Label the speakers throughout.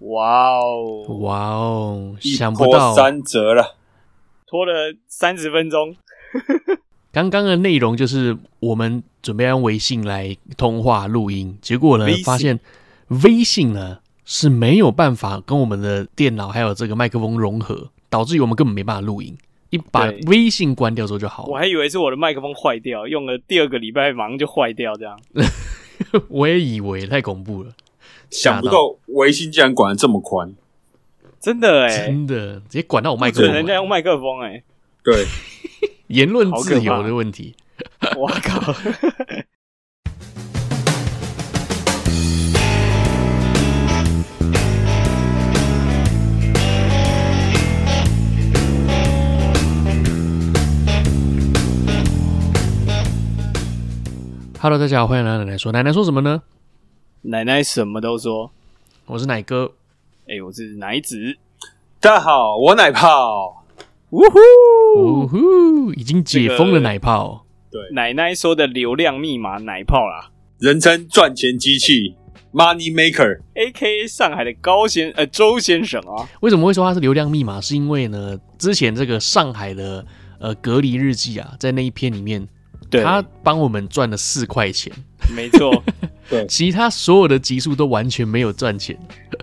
Speaker 1: 哇哦，
Speaker 2: 哇哦，
Speaker 3: 一
Speaker 2: 想不
Speaker 3: 波
Speaker 2: 到
Speaker 3: 三折了。
Speaker 1: 拖了三十分钟，
Speaker 2: 刚刚的内容就是我们准备用微信来通话录音，结果呢
Speaker 3: 微信
Speaker 2: 发现微信呢是没有办法跟我们的电脑还有这个麦克风融合，导致于我们根本没办法录音。一把
Speaker 1: 对
Speaker 2: 微信关掉之后就好
Speaker 1: 我
Speaker 2: 了，
Speaker 1: 还以为是我的麦克风坏掉，用了第二个礼拜马上就坏掉，这样
Speaker 2: 我也以为太恐怖了，
Speaker 3: 想不到微信竟然管得这么宽，
Speaker 1: 真的哎、
Speaker 2: 真的直接管到我麦
Speaker 1: 不
Speaker 2: 克
Speaker 1: 准
Speaker 2: 风
Speaker 1: 人家
Speaker 2: 了，
Speaker 1: 用麦克风 哎、
Speaker 3: 对，
Speaker 2: 言论
Speaker 1: 好可
Speaker 2: 自由
Speaker 1: 怕
Speaker 2: 的问题。
Speaker 1: 我靠！
Speaker 2: Hello，大家好，欢迎来到奶奶说。奶奶说什么呢？
Speaker 1: 奶奶什么都说，
Speaker 2: 我是奶哥，
Speaker 1: 哎、我是奶子，
Speaker 3: 大家好，我奶泡。
Speaker 1: 呜呼！
Speaker 2: 呜呼，已经解封了奶泡。
Speaker 1: 奶奶说的流量密码奶泡啦
Speaker 3: 人称赚钱机器 （Money Maker）。
Speaker 1: ，A K A 上海的高先呃周先生啊，
Speaker 2: 为什么会说它是流量密码？是因为呢，之前这个上海的呃隔离日记啊，在那一篇里面，
Speaker 1: 对，
Speaker 2: 他帮我们赚了四块钱，
Speaker 1: 没错，
Speaker 2: 其他所有的集数都完全没有赚钱。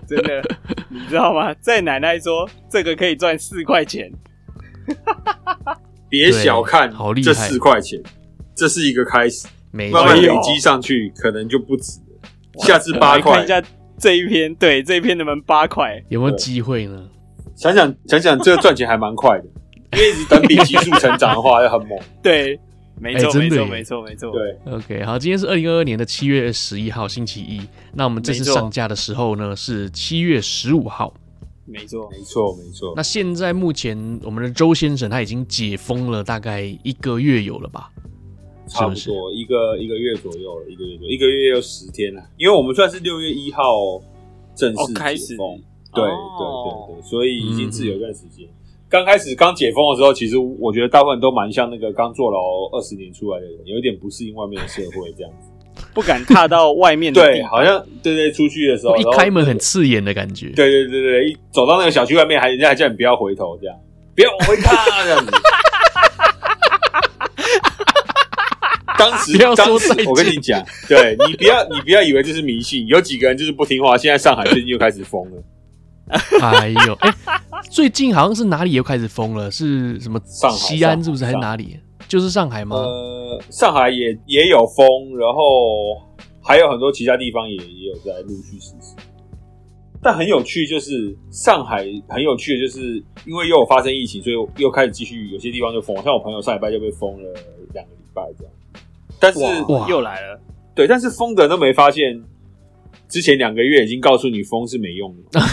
Speaker 1: 真的，你知道吗？在奶奶说这个可以赚四块钱，
Speaker 3: 别小看
Speaker 2: 对好厉害
Speaker 3: 这四块钱，这是一个开始，
Speaker 2: 没错哦
Speaker 3: 慢，慢
Speaker 1: 哎
Speaker 3: 累
Speaker 1: 呦
Speaker 3: 积上去，可能就不止了。下次八
Speaker 1: 来看
Speaker 3: 块
Speaker 1: 一，下这一篇，对，这一篇能不能八块？
Speaker 2: 有没有机会呢？
Speaker 3: 想想想想，这个赚钱还蛮快的，因为一直等比基数成长的话，要很猛。
Speaker 1: 对，没错，
Speaker 2: 哎真
Speaker 1: 没
Speaker 2: 的
Speaker 1: 错，
Speaker 2: 耶
Speaker 1: 没错，没错。
Speaker 3: 对，
Speaker 2: OK，好，今天是二零二二年的七月十一号，星期一。那我们这次
Speaker 1: 没错
Speaker 2: 上架的时候呢，是七月十五号。
Speaker 1: 没错，
Speaker 3: 没错，没错
Speaker 2: 那。现在目前我们的周先生他已经解封了，大概一个月有了吧？
Speaker 3: 差不
Speaker 2: 是不
Speaker 3: 多一个一个月左右了，一个月左右，一个月有十天了，因为我们算是六月一号正式
Speaker 1: 哦开始
Speaker 3: 解封，对、
Speaker 1: 哦
Speaker 3: 对对对，所以已经自由一段时间。刚开始刚解封的时候，其实我觉得大部分都蛮像那个刚坐牢二十年出来的人，有一点不适应外面的社会这样子。
Speaker 1: 不敢踏到外面的地
Speaker 3: 对，好像对对，出去的时候
Speaker 2: 一
Speaker 3: 哦然后
Speaker 2: 开门很刺眼的感觉。
Speaker 3: 对对对对，一走到那个小区外面，还人家还叫你不要回头这样，不要往回看啊这样子。当时，
Speaker 2: 不要说
Speaker 3: 当时
Speaker 2: 再见
Speaker 3: 我跟你讲，对你不要，你不要以为这是迷信，有几个人就是不听话。现在上海最近又开始封了，
Speaker 2: 哎呦，哎、最近好像是哪里又开始封了，是什么
Speaker 3: 上海
Speaker 2: 西安
Speaker 3: 上
Speaker 2: 是不是还是
Speaker 3: 上
Speaker 2: 哪里？就是上海吗？
Speaker 3: 呃，上海也也有封，然后还有很多其他地方也也有在陆续实施。但很有趣，就是上海很有趣的，就是因为又有发生疫情，所以又开始继续有些地方就封。像我朋友上礼拜就被封了两个礼拜这样，但是
Speaker 1: 方，
Speaker 2: 哇
Speaker 1: 又来了。
Speaker 3: 对，但是封的人都没发现，之前两个月已经告诉你封是没用的。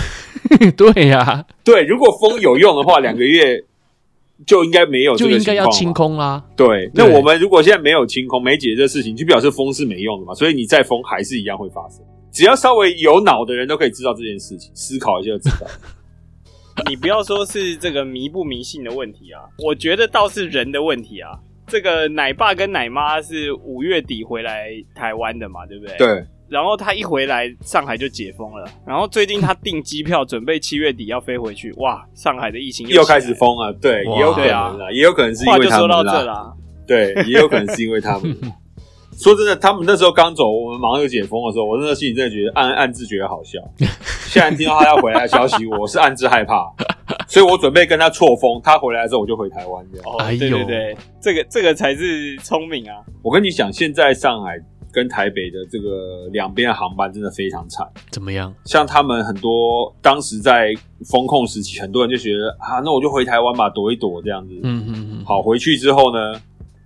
Speaker 3: 呃
Speaker 2: 对呀、
Speaker 3: 对，如果封有用的话，两个月就应该没有这
Speaker 2: 就
Speaker 3: 个
Speaker 2: 应该
Speaker 3: 情
Speaker 2: 要
Speaker 3: 况
Speaker 2: 清
Speaker 3: 嘛
Speaker 2: 空啦。
Speaker 3: 对，那
Speaker 2: 对
Speaker 3: 我们如果现在没有清空、没解这事情，就表示封是没用的嘛，所以你再封还是一样会发生。只要稍微有脑的人都可以知道这件事情，思考一下就知道。
Speaker 1: 你不要说是这个迷不迷信的问题啊，我觉得倒是人的问题啊。这个奶爸跟奶妈是五月底回来台湾的嘛，对不对？。
Speaker 3: 对，
Speaker 1: 然后他一回来，上海就解封了。然后最近他订机票，准备七月底要飞回去。哇，上海的疫情
Speaker 3: 又
Speaker 1: 起来
Speaker 3: 开始，封了，对，
Speaker 2: 哇
Speaker 3: 也有可能啦，也有可能是因
Speaker 1: 话
Speaker 3: 为
Speaker 1: 就
Speaker 3: 他
Speaker 1: 说到
Speaker 3: 们
Speaker 1: 这
Speaker 3: 啦，
Speaker 1: 啦。
Speaker 3: 对，也有可能是因为他 们。说真的，他们那时候刚走，我们马上就解封的时候，我那时候心里真的觉得暗暗自觉得好笑。现在听到他要回来的消息，我是暗自害怕，所以我准备跟他错峰，他回来的时候我就回台湾这样。
Speaker 1: 哦，
Speaker 2: 哎呦
Speaker 1: 对对对，这个这个才是聪明啊！
Speaker 3: 我跟你讲，现在上海跟台北的这个两边的航班真的非常惨。
Speaker 2: 怎么样？
Speaker 3: 像他们很多当时在风控时期，很多人就觉得啊，那我就回台湾吧，躲一躲这样子。
Speaker 2: 嗯嗯嗯，
Speaker 3: 好，回去之后呢，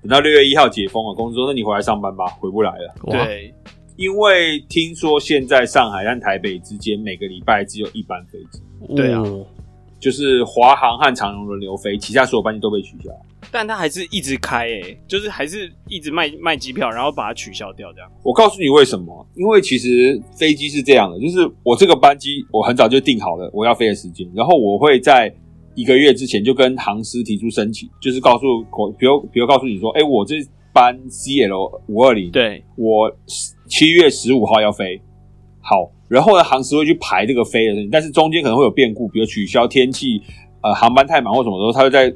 Speaker 3: 等到六月一号解封了，公司说那你回来上班吧，回不来了。
Speaker 2: 哇，
Speaker 1: 对，
Speaker 3: 因为听说现在上海和台北之间每个礼拜只有一班飞机，
Speaker 1: 对啊
Speaker 2: 哦
Speaker 3: 就是华航和长荣轮流飞，其他所有班机都被取消。
Speaker 1: 但他还是一直开诶、就是还是一直卖卖机票，然后把它取消掉这样。
Speaker 3: 我告诉你为什么，因为其实飞机是这样的，就是我这个班机我很早就定好了我要飞的时间，然后我会在一个月之前就跟航司提出申请，就是告诉我，比如比如告诉你说，哎，我这班 CL 五二零，
Speaker 1: 对，
Speaker 3: 我七月十五号要飞，好，然后呢，航时会去排这个飞的事情，但是中间可能会有变故，比如取消天气，呃，航班太满或什么的时候，他会在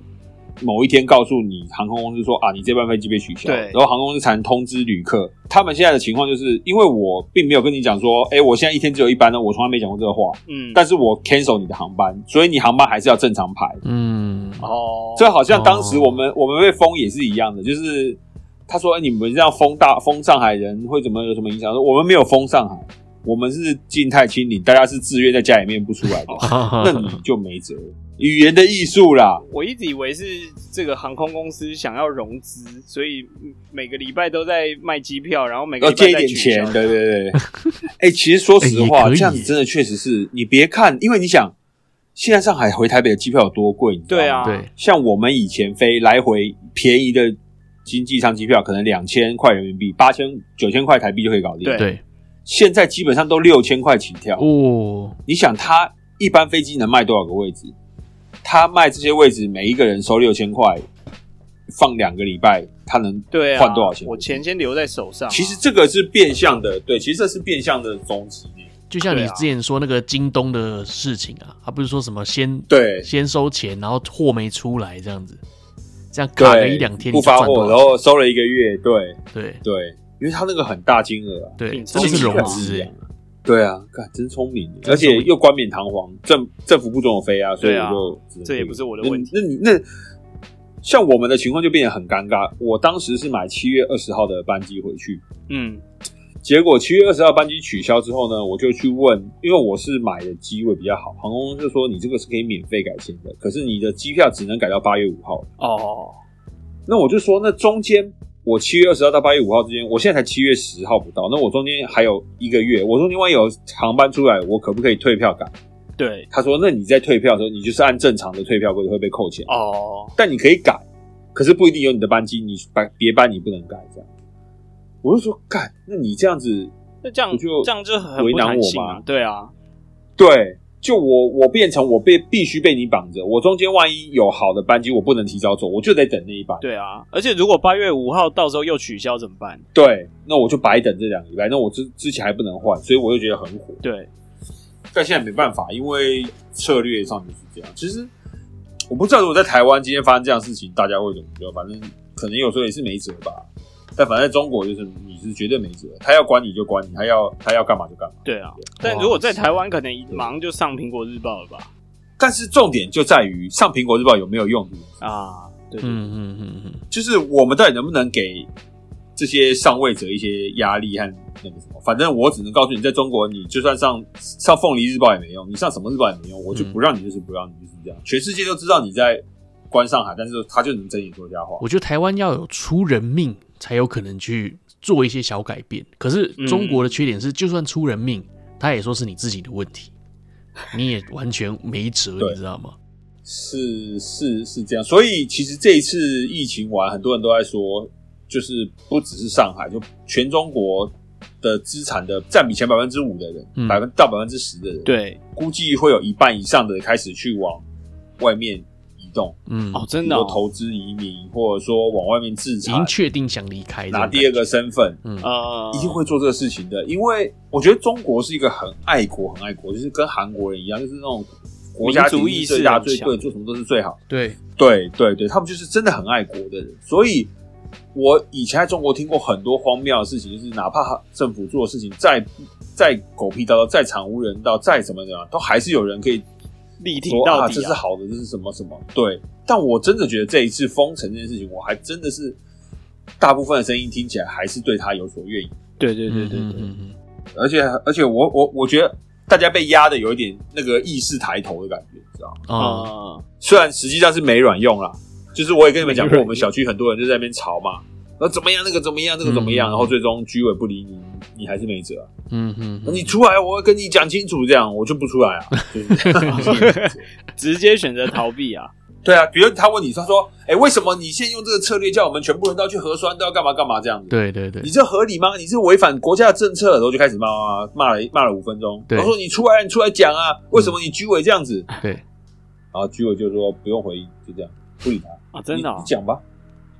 Speaker 3: 某一天告诉你航空公司说啊，你这班飞机被取消，
Speaker 1: 对
Speaker 3: 然后航空公司才能通知旅客。他们现在的情况就是，因为我并没有跟你讲说，哎，我现在一天只有一班呢，我从来没讲过这个话，
Speaker 1: 嗯，
Speaker 3: 但是我 cancel 你的航班，所以你航班还是要正常排。
Speaker 2: 嗯，
Speaker 1: 哦，
Speaker 3: 这好像当时我们、我们被封也是一样的，就是他说、哎你们这样封大封上海人会怎么有什么影响？说我们没有封上海，我们是静态清零，大家是自愿在家里面不出来的，
Speaker 1: 哦
Speaker 3: 那你就没辙。语言的艺术啦，
Speaker 1: 我一直以为是这个航空公司想要融资，所以每个礼拜都在卖机票，然后每个
Speaker 3: 要
Speaker 1: 礼拜
Speaker 3: 哦借一
Speaker 1: 在
Speaker 3: 点
Speaker 1: 取消
Speaker 3: 钱，对对对。哎、其实说实
Speaker 2: 哎
Speaker 3: 话，
Speaker 2: 也可以
Speaker 3: 这样子真的确实是你别看，因为你想，现在上海回台北的机票有多贵，你知道吗
Speaker 1: 对啊，
Speaker 2: 对，
Speaker 3: 像我们以前飞来回便宜的经济舱机票，可能两千块人民币、八千、九千块台币就可以搞定。
Speaker 1: 对
Speaker 2: 对，
Speaker 3: 现在基本上都六千块起跳。
Speaker 2: 哦，
Speaker 3: 你想，他一般飞机能卖多少个位置？他卖这些位置，每一个人收六千块，放两个礼拜，他能
Speaker 1: 对啊，
Speaker 3: 换多少钱？
Speaker 1: 我钱先留在手上啊、
Speaker 3: 其实这个是变相的，对，其实这是变相的终极。
Speaker 2: 就像你
Speaker 1: 对啊
Speaker 2: 之前说那个京东的事情啊，他不是说什么先
Speaker 3: 对
Speaker 2: 先收钱，然后货没出来这样子，这样卡了一两天
Speaker 3: 不
Speaker 2: 你就
Speaker 3: 发
Speaker 2: 赚多
Speaker 3: 货，
Speaker 2: 少
Speaker 3: 然后收了一个月，对
Speaker 2: 对
Speaker 3: 对，因为他那个很大金额啊。
Speaker 2: 对，
Speaker 1: 挺
Speaker 2: 真的是
Speaker 1: 聪
Speaker 2: 融
Speaker 1: 明的
Speaker 2: 资哎，
Speaker 3: 对啊，干真聪明，
Speaker 2: 真聪明
Speaker 3: 而且又冠冕堂皇，政政府不准我飞啊，所以
Speaker 1: 对
Speaker 3: 我
Speaker 1: 啊
Speaker 3: 就只能
Speaker 1: 这也
Speaker 3: 飞
Speaker 1: 不是我的问题。
Speaker 3: 那你那你那像我们的情况就变得很尴尬。我当时是买七月二十号的班机回去，
Speaker 1: 嗯，
Speaker 3: 结果七月二十号班机取消之后呢，我就去问，因为我是买的机位比较好，航空公司就说你这个是可以免费改签的，可是你的机票只能改到八月五号。
Speaker 1: 哦，
Speaker 3: 那我就说，那中间我七月二十号到八月五号之间，我现在才七月十号不到，那我中间还有一个月，我中间万一有航班出来，我可不可以退票改？
Speaker 1: 对，
Speaker 3: 他说，那你在退票的时候，你就是按正常的退票规则会被扣钱，
Speaker 1: 哦，
Speaker 3: 但你可以改，可是不一定有你的班机，你班别班你不能改这样。我就说，干，那你这样子，
Speaker 1: 那这样
Speaker 3: 不就
Speaker 1: 这样就很
Speaker 3: 为
Speaker 1: 不
Speaker 3: 难
Speaker 1: 弹
Speaker 3: 我
Speaker 1: 性
Speaker 3: 吗
Speaker 1: 啊，对啊，
Speaker 3: 对，就我我变成我被必须被你绑着，我中间万一有好的班机，我不能提早走，我就得等那一班。
Speaker 1: 对啊，而且如果八月五号到时候又取消怎么办？
Speaker 3: 对，那我就白等这两个礼拜，那我之之前还不能换，所以我就觉得很火。
Speaker 1: 对，
Speaker 3: 但现在没办法，因为策略上就是这样。其实我不知道，如果在台湾今天发生这样的事情，大家会怎么觉得？反正可能有时候也是没辙吧。但反正在中国就是你是绝对没辙，他要关你就关你，他要他要干嘛就干嘛。
Speaker 1: 对啊，但如果在台湾，可能一忙就上苹果日报了吧？
Speaker 3: 但是重点就在于上苹果日报有没有用，
Speaker 1: 啊，对对
Speaker 2: 嗯嗯嗯嗯，
Speaker 3: 就是我们到底能不能给这些上位者一些压力和那个什么？反正我只能告诉你，在中国你就算上上凤梨日报也没用，你上什么日报也没用，我就不让你，就是不让你，就是这样。全世界都知道你在关上海，但是他就能睁眼说瞎话。
Speaker 2: 我觉得台湾要有出人命才有可能去做一些小改变。可是中国的缺点是，就算出人命，他也说是你自己的问题，你也完全没辙，
Speaker 3: 对
Speaker 2: 你知道吗？
Speaker 3: 是是是这样，所以其实这一次疫情完，很多人都在说，就是不只是上海，就全中国的资产的占比前百分之五的人，
Speaker 2: 嗯
Speaker 3: 百分到百分之十的人，
Speaker 1: 对，
Speaker 3: 估计会有一半以上的人开始去往外面移动，
Speaker 2: 嗯，
Speaker 1: 哦，
Speaker 3: 比
Speaker 1: 真
Speaker 3: 如
Speaker 1: 的
Speaker 3: 说
Speaker 1: 哦，
Speaker 3: 投资移民，或者说往外面自
Speaker 2: 已
Speaker 3: 产
Speaker 2: 经，确定想离开，
Speaker 3: 拿第二，个身份，
Speaker 2: 嗯，
Speaker 1: 呃，
Speaker 3: 一定会做这个事情的。因为我觉得中国是一个很爱国、很爱国，就是跟韩国人一样，就是那种国家
Speaker 1: 民族
Speaker 3: 敌
Speaker 1: 意识
Speaker 3: 最大、
Speaker 1: 很
Speaker 3: 最
Speaker 1: 强
Speaker 3: 对，做什么都是最好。
Speaker 2: 对，
Speaker 3: 对对对，他们就是真的很爱国的人，所以。我以前在中国听过很多荒谬的事情，就是哪怕政府做的事情再再狗屁叨叨、再惨无人道、再怎么怎么样，都还是有人可以
Speaker 1: 力挺
Speaker 3: 说
Speaker 1: 到
Speaker 3: 啊，这
Speaker 1: 底
Speaker 3: 是
Speaker 1: 啊，
Speaker 3: 好的，这是什么什么？对，但我真的觉得这一次封城这件事情，我还真的是大部分的声音听起来还是对他有所怨言，
Speaker 1: 对对对
Speaker 2: 嗯
Speaker 1: 对
Speaker 2: 嗯
Speaker 1: 对，
Speaker 2: 嗯嗯，
Speaker 3: 而且而且我我我觉得大家被压的有一点那个意识抬头的感觉，你知道吗？
Speaker 2: 啊，
Speaker 1: 啊，
Speaker 3: 虽然实际上是没卵用啦，就是我也跟你们讲
Speaker 1: 没
Speaker 3: 过，
Speaker 1: 卵
Speaker 3: 我们小区很多人就在那边吵嘛，然后怎么样那个怎么样那个怎么样，
Speaker 2: 嗯
Speaker 3: 然后最终居委不理你，你还是没辙啊、
Speaker 2: 嗯嗯，嗯
Speaker 3: 你出来我会跟你讲清楚，这样我就不出来啊，就是 这样还是没辙
Speaker 1: 直接选择逃避啊，
Speaker 3: 对啊，比如他问你，他说：“哎、为什么你现在用这个策略，叫我们全部人都要去核酸，都要干嘛干嘛这样子？
Speaker 2: 对对对
Speaker 3: 你，这合理吗？你是违反国家的政策。”然后就开始骂骂骂骂了骂了五分钟。
Speaker 2: 对
Speaker 3: 我说：“你出来，你出来讲啊，为什么你居委这样子？”
Speaker 2: 对，
Speaker 3: 然后居委就说：“不用回应，就这样，不理他。
Speaker 1: 啊，真的啊
Speaker 3: 你你，讲吧，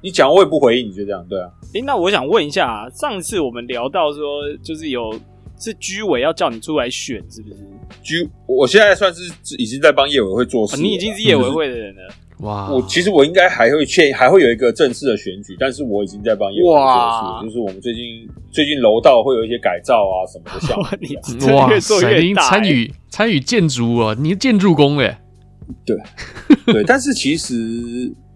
Speaker 3: 你讲我也不回应，你就这样，对啊，
Speaker 1: 诶，那我想问一下、啊，上次我们聊到说，就是有是居委要叫你出来选，是不是？
Speaker 2: 啊
Speaker 3: 居，我现在算是已经在帮业委会做事
Speaker 1: 啊
Speaker 3: 了、
Speaker 1: 你已经是业委会的人了，
Speaker 2: 哇，
Speaker 3: 我其实我应该还会确还会有一个正式的选举，但是我已经在帮业委会做
Speaker 1: 哇
Speaker 3: 事了，就是我们最近最近楼道会有一些改造啊什么的
Speaker 2: 嗯
Speaker 3: 项目
Speaker 1: 哇，，你
Speaker 3: 这样
Speaker 1: 真的越做
Speaker 2: 塞
Speaker 1: 越
Speaker 2: 您
Speaker 1: 大、欸。
Speaker 2: 参与参与建筑哦，你是建筑工哎，
Speaker 3: 对，但是其实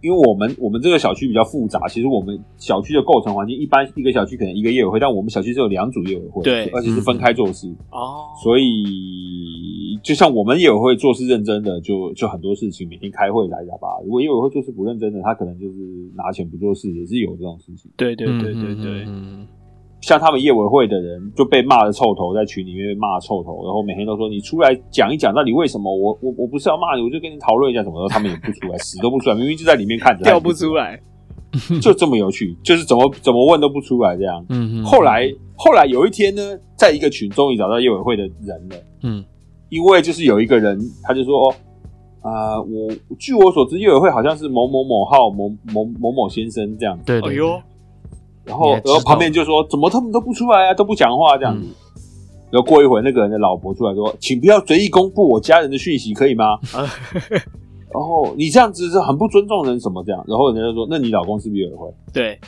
Speaker 3: 因为我们我们这个小区比较复杂，其实我们小区的构成环境，一般一个小区可能一个业委会，但我们小区只有两组业委会，
Speaker 1: 对
Speaker 3: 而且是分开做事，
Speaker 1: 哦，
Speaker 3: 所以就像我们业委会做事认真的，就就很多事情每天开会来打吧。如果业委会做事不认真的，他可能就是拿钱不做事，也是有这种事情。
Speaker 1: 对对对对
Speaker 2: 嗯
Speaker 1: 对，
Speaker 2: 嗯嗯
Speaker 3: 像他们业委会的人就被骂的臭头，在群里面被骂得臭头，然后每天都说你出来讲一讲，到底为什么我我我不是要骂你，我就跟你讨论一下什么的，他们也不出来，死都不出来，明明就在里面看
Speaker 2: 嗯
Speaker 3: 着，
Speaker 1: 调不出
Speaker 3: 来，
Speaker 1: 来。
Speaker 3: 就这么有趣，就是怎么怎么问都不出来这样。
Speaker 2: 嗯嗯，
Speaker 3: 后来后来有一天呢，在一个群终于找到业委会的人了，
Speaker 2: 嗯
Speaker 3: 因为就是有一个人他就说哦。啊、我据我所知，业委会好像是某某某号某某某某先生这样子，
Speaker 2: 对
Speaker 1: 哎
Speaker 2: 对
Speaker 1: 呦，
Speaker 3: 然后
Speaker 2: 你还知
Speaker 3: 然
Speaker 2: 道嗯
Speaker 3: 后旁边就说怎么他们都不出来啊，都不讲话这样子。然后过一会儿，那个人的老婆出来说：“请不要随意公布我家人的讯息，可 以吗？”然后你这样子是很不尊重人，什么这样？然后人家就说：“那你老公是不是业委会？
Speaker 1: 对，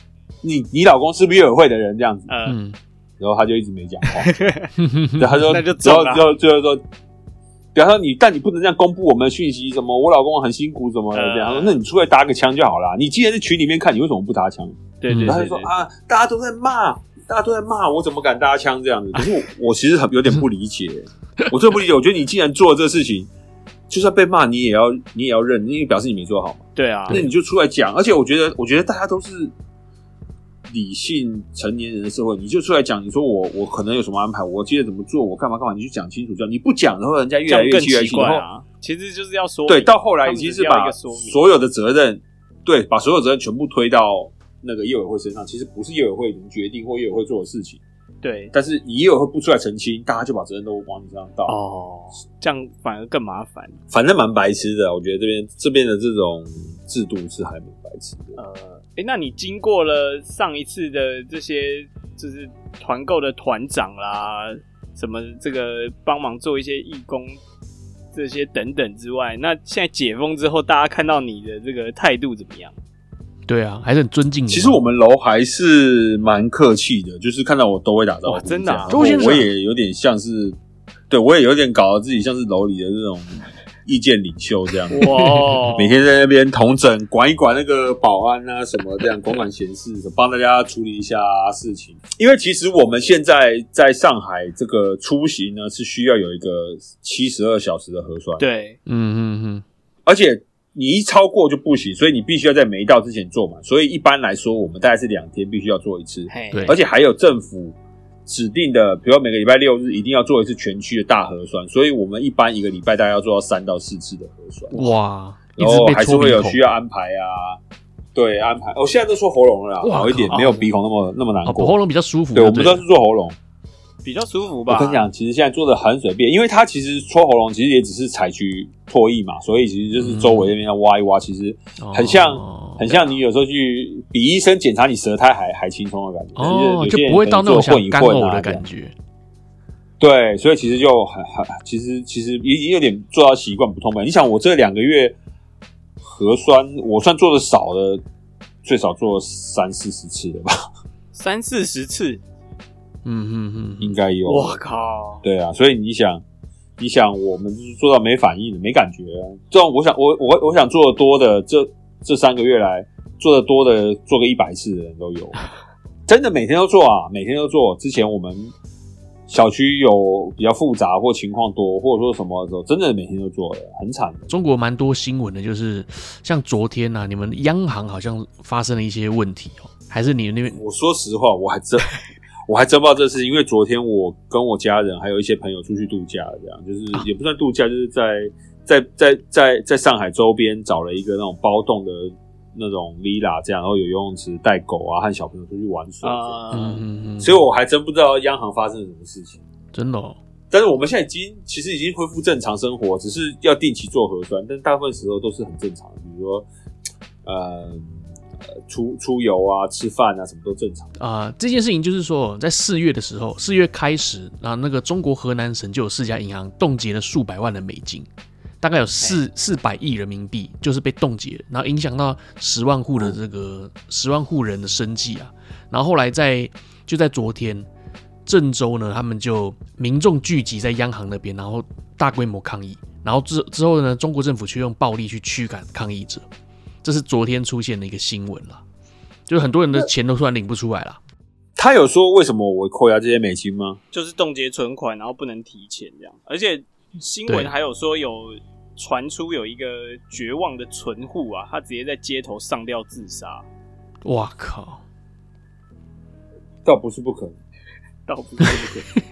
Speaker 3: 你你老公是不是业委会的人？”这样子，
Speaker 1: 呃，
Speaker 2: 嗯
Speaker 3: 然后他就一直没讲话。
Speaker 2: 嗯，
Speaker 3: 然后 他说，
Speaker 1: 那就
Speaker 3: 然
Speaker 1: 中
Speaker 3: 后
Speaker 1: 了
Speaker 3: 然后最后说，比方说你，但你不能这样公布我们的讯息，什么我老公很辛苦什么的
Speaker 1: 呃
Speaker 3: 这样。他说那你出来搭个腔就好啦。你既然在群里面看，你为什么不搭腔？
Speaker 1: 对对
Speaker 2: 嗯
Speaker 3: 然后他
Speaker 1: 对
Speaker 3: 就说
Speaker 1: 对，
Speaker 3: 啊，大家都在骂，大家都在骂，我怎么敢搭腔这样子？可是我我其实很有点不理解，我真的不理解。我觉得你既然做了这事情，就算被骂，你也要你也要认，因为表示你没做好嘛。
Speaker 1: 对啊，
Speaker 3: 那你就出来讲，而且我觉得，我觉得大家都是理性成年人的社会，你就出来讲，你说我我可能有什么安排，我接着怎么做，我干嘛干嘛，你就讲清楚就好。你不讲的话，人家越
Speaker 1: 这
Speaker 3: 来
Speaker 1: 样
Speaker 3: 越
Speaker 1: 更
Speaker 3: 气，越来
Speaker 1: 奇
Speaker 3: 越气。
Speaker 1: 怪
Speaker 3: 然后
Speaker 1: 啊。其实就是要说明，
Speaker 3: 对，到后来
Speaker 1: 他
Speaker 3: 已
Speaker 1: 们
Speaker 3: 经
Speaker 1: 只
Speaker 3: 是
Speaker 1: 要一
Speaker 3: 把
Speaker 1: 个说明，
Speaker 3: 所有的责任，对，把所有责任全部推到那个业委会身上。其实不是业委会能决定或业委会做的事情，
Speaker 1: 对
Speaker 3: 但是你业委会不出来澄清，大家就把责任都往你身上倒。
Speaker 1: 哦，这样反而更麻烦。
Speaker 3: 反正蛮白痴的，我觉得这边这边的这种制度是还蛮白痴的。
Speaker 1: 呃，哎，那你经过了上一次的这些，就是团购的团长啦，什么这个帮忙做一些义工这些等等之外，那现在解封之后，大家看到你的这个态度怎么样？
Speaker 2: 对啊，还是很尊敬你嘛。
Speaker 3: 其实我们楼还是蛮客气的，就是看到我都会打招
Speaker 1: 哇
Speaker 3: 呼，
Speaker 1: 真的啊
Speaker 3: 这样
Speaker 2: 周先
Speaker 3: 然后
Speaker 2: 生
Speaker 3: 我也有点像是，对我也有点搞得自己像是楼里的这种意见领袖这样，
Speaker 1: 哇，
Speaker 3: 每天在那边统整管一管那个保安啊什么这样，管管闲事，帮大家处理一下事情。因为其实我们现在在上海这个出行呢，是需要有一个七十二小时的核酸，，
Speaker 1: 对
Speaker 2: 嗯嗯
Speaker 3: 而且。你一超过就不行，所以你必须要在没到之前做嘛。所以一般来说，我们大概是两天必须要做一次。
Speaker 1: 嘿
Speaker 2: 对
Speaker 3: 而且还有政府指定的，比如每个礼拜六日一定要做一次全区的大核酸，所以我们一般一个礼拜大概要做到三到四次的核酸，
Speaker 2: 嗯，哇，一
Speaker 3: 然
Speaker 2: 直
Speaker 3: 后
Speaker 2: 被
Speaker 3: 还是
Speaker 2: 戳
Speaker 3: 会
Speaker 2: 鼻
Speaker 3: 有
Speaker 2: 孔
Speaker 3: 需，要安排啊，对，安排。我、哦现在都说喉咙了啦，
Speaker 2: 哇
Speaker 3: 好一点，
Speaker 2: 靠
Speaker 3: 没有鼻孔那么那么难
Speaker 2: 哦，
Speaker 3: 过。
Speaker 2: 喉咙比较舒服。
Speaker 3: 对，我们
Speaker 2: 对
Speaker 3: 都是做喉咙。
Speaker 1: 比较舒服吧。
Speaker 3: 我跟你，讲，其实现在做的很随便，因为它其实戳喉咙，其实也只是采取唾液嘛，所以其实
Speaker 2: 嗯
Speaker 3: 就是周围那边要挖一挖，其实很像
Speaker 2: 哦
Speaker 3: 很像你有时候去比医生检查你舌苔还还轻松的感觉，
Speaker 2: 哦，
Speaker 3: 就
Speaker 2: 就不会到那种像
Speaker 3: 混一
Speaker 2: 干
Speaker 3: 混
Speaker 2: 呕
Speaker 3: 啊
Speaker 2: 的
Speaker 3: 这样
Speaker 2: 感觉。
Speaker 3: 对，所以其实就很很，其实其实已经有点做到习惯不痛快。你想，我这两个月核酸，我算做的少的，最少做了三四十次了吧，
Speaker 1: 三四十次，
Speaker 2: 嗯嗯嗯
Speaker 3: 应该有。
Speaker 1: 我靠！
Speaker 3: 对啊，所以你想，你想，我们就是做到没反应的，没感觉啊。这种我想，我我我想做的多的，这这三个月来做的多的，做个一百次的人都有，真的每天都做啊，每天都做。之前我们小区有比较复杂或情况多，或者说什么的时候，真的每天都做的，很惨的。
Speaker 2: 中国蛮多新闻的，就是像昨天呐、啊，你们央行好像发生了一些问题哦，还是你们那边
Speaker 3: 我说实话，我还真我还真不知道这事情，因为昨天我跟我家人还有一些朋友出去度假，这样就是也不算度假，就是在在在在在上海周边找了一个那种包栋的那种 villa，这样然后有游泳池、带狗啊，和小朋友出去玩水这
Speaker 2: 嗯
Speaker 3: 样、
Speaker 1: 啊，
Speaker 2: 嗯嗯，
Speaker 3: 所以我还真不知道央行发生了什么事情。
Speaker 2: 真的、哦、
Speaker 3: 但是我们现在已经其实已经恢复正常生活，只是要定期做核酸，但大部分时候都是很正常的，比如说，呃，呃出出游啊、吃饭啊，什么都正常。
Speaker 2: 啊、这件事情就是说，在四月的时候，四月开始，然后那个中国河南省就有四家银行冻结了数百万的美金，大概有四四百亿人民币，就是被冻结，然后影响到十万户的这个十万户人的生计啊。然后后来在就在昨天，郑州呢，他们就民众聚集在央行那边，然后大规模抗议，然后之之后呢，中国政府去用暴力去驱赶抗议者，这是昨天出现的一个新闻了，就是很多人的钱都突然领不出来了。
Speaker 3: 他有说为什么我扣押这些美金吗？
Speaker 1: 就是冻结存款，然后不能提钱这样。而且新闻
Speaker 2: 对
Speaker 1: 还有说有传出有一个绝望的存户啊，他直接在街头上吊自杀，
Speaker 2: 哇靠！
Speaker 3: 倒不是不可能，
Speaker 1: 倒不是 这个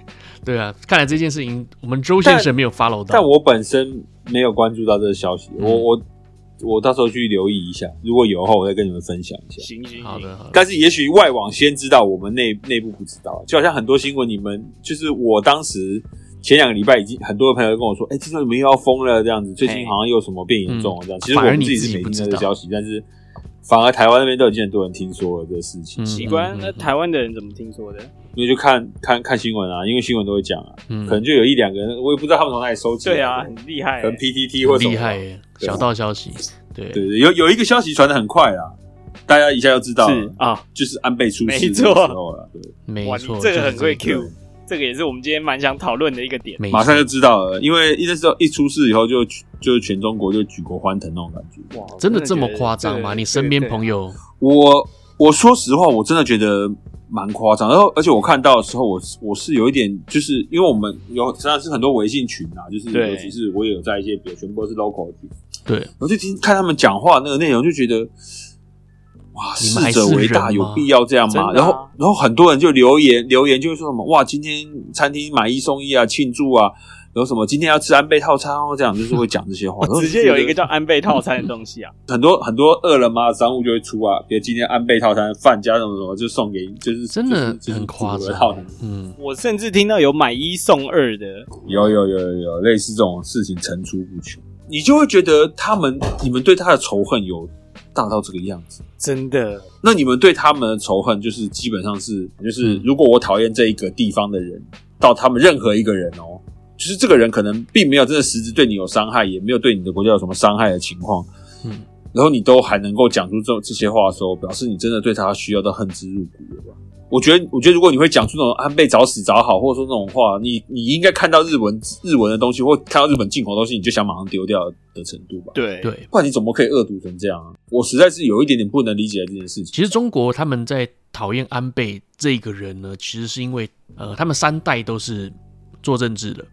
Speaker 2: 对啊，看来这件事情我们周先生没有 follow 到。
Speaker 3: 但我本身没有关注到这个消息，
Speaker 2: 嗯
Speaker 3: 我我我到时候去留意一下，如果有的话，我再跟你们分享一下。
Speaker 1: 行行
Speaker 2: 好
Speaker 1: 行，
Speaker 2: 的，好的，
Speaker 3: 但是也许外网先知道，我们内内部不知道。就好像很多新闻，你们就是我当时前两个礼拜已经很多朋友跟我说，哎、听说你们又要封了这样子，最近好像又什么变严重了这样。
Speaker 2: 嗯
Speaker 3: 其实我们自己是没听到这个消息，但是反而台湾那边都已经很多人听说了这个事
Speaker 2: 嗯
Speaker 3: 情，
Speaker 1: 奇怪，
Speaker 2: 嗯嗯
Speaker 1: 那
Speaker 2: 嗯
Speaker 1: 台湾的人怎么听说的？
Speaker 3: 因为就看看看新闻啊，因为新闻都会讲啊，
Speaker 2: 嗯
Speaker 3: 可，能就有一两个人，我也不知道他们从哪里收集来的。
Speaker 1: 对啊，很厉害
Speaker 3: 可能
Speaker 1: 欸，
Speaker 3: PTT 或
Speaker 2: 很
Speaker 3: 什么
Speaker 2: 厉害耶，
Speaker 3: 对
Speaker 2: 小道消息。
Speaker 3: 对
Speaker 2: 对，
Speaker 3: 对，有有一个消息传的很快啊，大家一下就知道
Speaker 1: 是
Speaker 3: 了，
Speaker 1: 啊，
Speaker 3: 就是安倍出事
Speaker 1: 没
Speaker 3: 的时
Speaker 1: 错
Speaker 3: 候了，对，
Speaker 2: 没
Speaker 1: 哇，你
Speaker 2: 错，
Speaker 1: 这个很会
Speaker 2: 就是这个
Speaker 1: Q，这个也是我们今天蛮想讨论的一个点。
Speaker 2: 没错
Speaker 3: 马上就知道了，因为一那时候一出事以后就就是全中国就举国欢腾那种感觉。
Speaker 1: 哇，
Speaker 2: 真的这么夸张吗？你身边朋
Speaker 1: 友
Speaker 2: 友
Speaker 3: 我我说实话，我真的觉得蛮夸张，然后而且我看到的时候，我是我是有一点，就是因为我们有实际上是很多微信群啊，就是
Speaker 1: 对
Speaker 3: 尤其是我也有在一些，比如全部都是 local 的群，
Speaker 2: 对
Speaker 3: 我就听看他们讲话那个内容，就觉得哇，
Speaker 2: 你们还
Speaker 3: 逝者
Speaker 2: 是
Speaker 3: 为大，
Speaker 2: 人
Speaker 3: 有
Speaker 2: 吗
Speaker 3: 必要这样吗？
Speaker 1: 真的
Speaker 3: 然
Speaker 1: 啊
Speaker 3: 后，然后很多人就留言留言，就会说什么哇，今天餐厅买一送一啊，庆祝啊，然后什么今天要吃安倍套餐哦，这样就是会讲这些话。然后
Speaker 1: 直接
Speaker 3: 就觉
Speaker 1: 有
Speaker 3: 得
Speaker 1: 一个叫安倍套餐的东西啊，
Speaker 3: 很多很多饿了么的商务就会出啊，比如今天安倍套餐饭加什么什么就送给你，就是
Speaker 2: 真的
Speaker 3: 就是
Speaker 2: 很夸
Speaker 3: 就是祖国的套
Speaker 2: 张
Speaker 3: 餐。
Speaker 2: 嗯，
Speaker 1: 我甚至听到有买一送二的，
Speaker 3: 有有有有有类似这种事情层出不穷，你就会觉得他们你们对他的仇恨有大到这个样子。
Speaker 1: 真的
Speaker 3: 那你们对他们的仇恨，就是基本上是，就是
Speaker 2: 嗯
Speaker 3: 如果我讨厌这一个地方的人，到他们任何一个人哦，就是这个人可能并没有真的实质对你有伤害，也没有对你的国家有什么伤害的情况，
Speaker 2: 嗯，
Speaker 3: 然后你都还能够讲出这这些话的时候，表示你真的对他需要到恨之入骨了吧？我觉得，我觉得如果你会讲出那种安倍早死早好，或者说那种话，你你应该看到日文日文的东西，或看到日本进口的东西，你就想马上丢掉的程度吧？
Speaker 1: 对
Speaker 2: 对。
Speaker 3: 不然你怎么可以恶毒成这样啊？我实在是有一点点不能理解这件事情。
Speaker 2: 其实中国他们在讨厌安倍这个人呢，其实是因为呃，他们三代都是做政治的，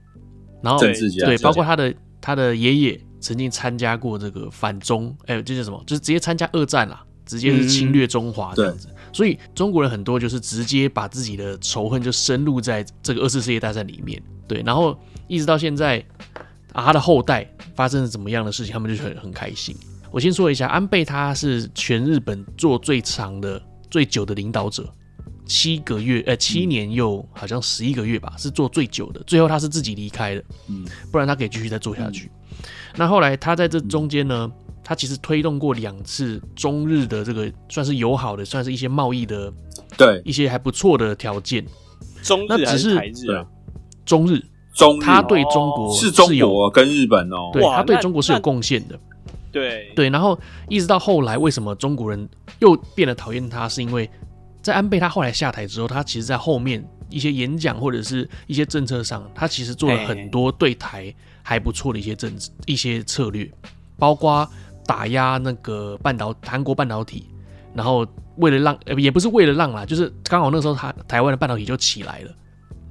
Speaker 2: 然后
Speaker 3: 政治家
Speaker 2: 对，
Speaker 3: 是吧
Speaker 2: 包括他的他的爷爷曾经参加过这个反中，哎、这叫什么？就是直接参加二战啦，直接是侵略中华这样子。所以中国人很多就是直接把自己的仇恨就深入在这个二次世界大战里面，对，然后一直到现在啊，他的后代发生了怎么样的事情，他们就很很开心。我先说一下，安倍他是全日本做最长的、最久的领导者，七个月，呃，七年又好像十一个月吧，是做最久的。最后他是自己离开的，
Speaker 3: 嗯，
Speaker 2: 不然他可以继续再做下去。那后来他在这中间呢，他其实推动过两次中日的这个算是友好的，算是一些贸易的
Speaker 3: 对，
Speaker 2: 一些还不错的条件。
Speaker 1: 中日
Speaker 2: 那只
Speaker 1: 还
Speaker 2: 是
Speaker 1: 台日啊？
Speaker 2: 中日，
Speaker 3: 中日哦
Speaker 2: 他对中国
Speaker 3: 是中
Speaker 2: 有
Speaker 3: 国跟日本哦，
Speaker 2: 对
Speaker 1: 哇
Speaker 2: 他对
Speaker 1: 那
Speaker 2: 中国是有
Speaker 1: 那
Speaker 2: 贡献的。
Speaker 1: 对
Speaker 2: 对，然后一直到后来，为什么中国人又变得讨厌他？是因为在安倍他后来下台之后，他其实在后面一些演讲或者是一些政策上，他其实做了很多对台还不错的一些政治一些策略，包括打压那个半导韩国半导体，然后为了让呃也不是为了让啦，就是刚好那时候他台湾的半导体就起来了。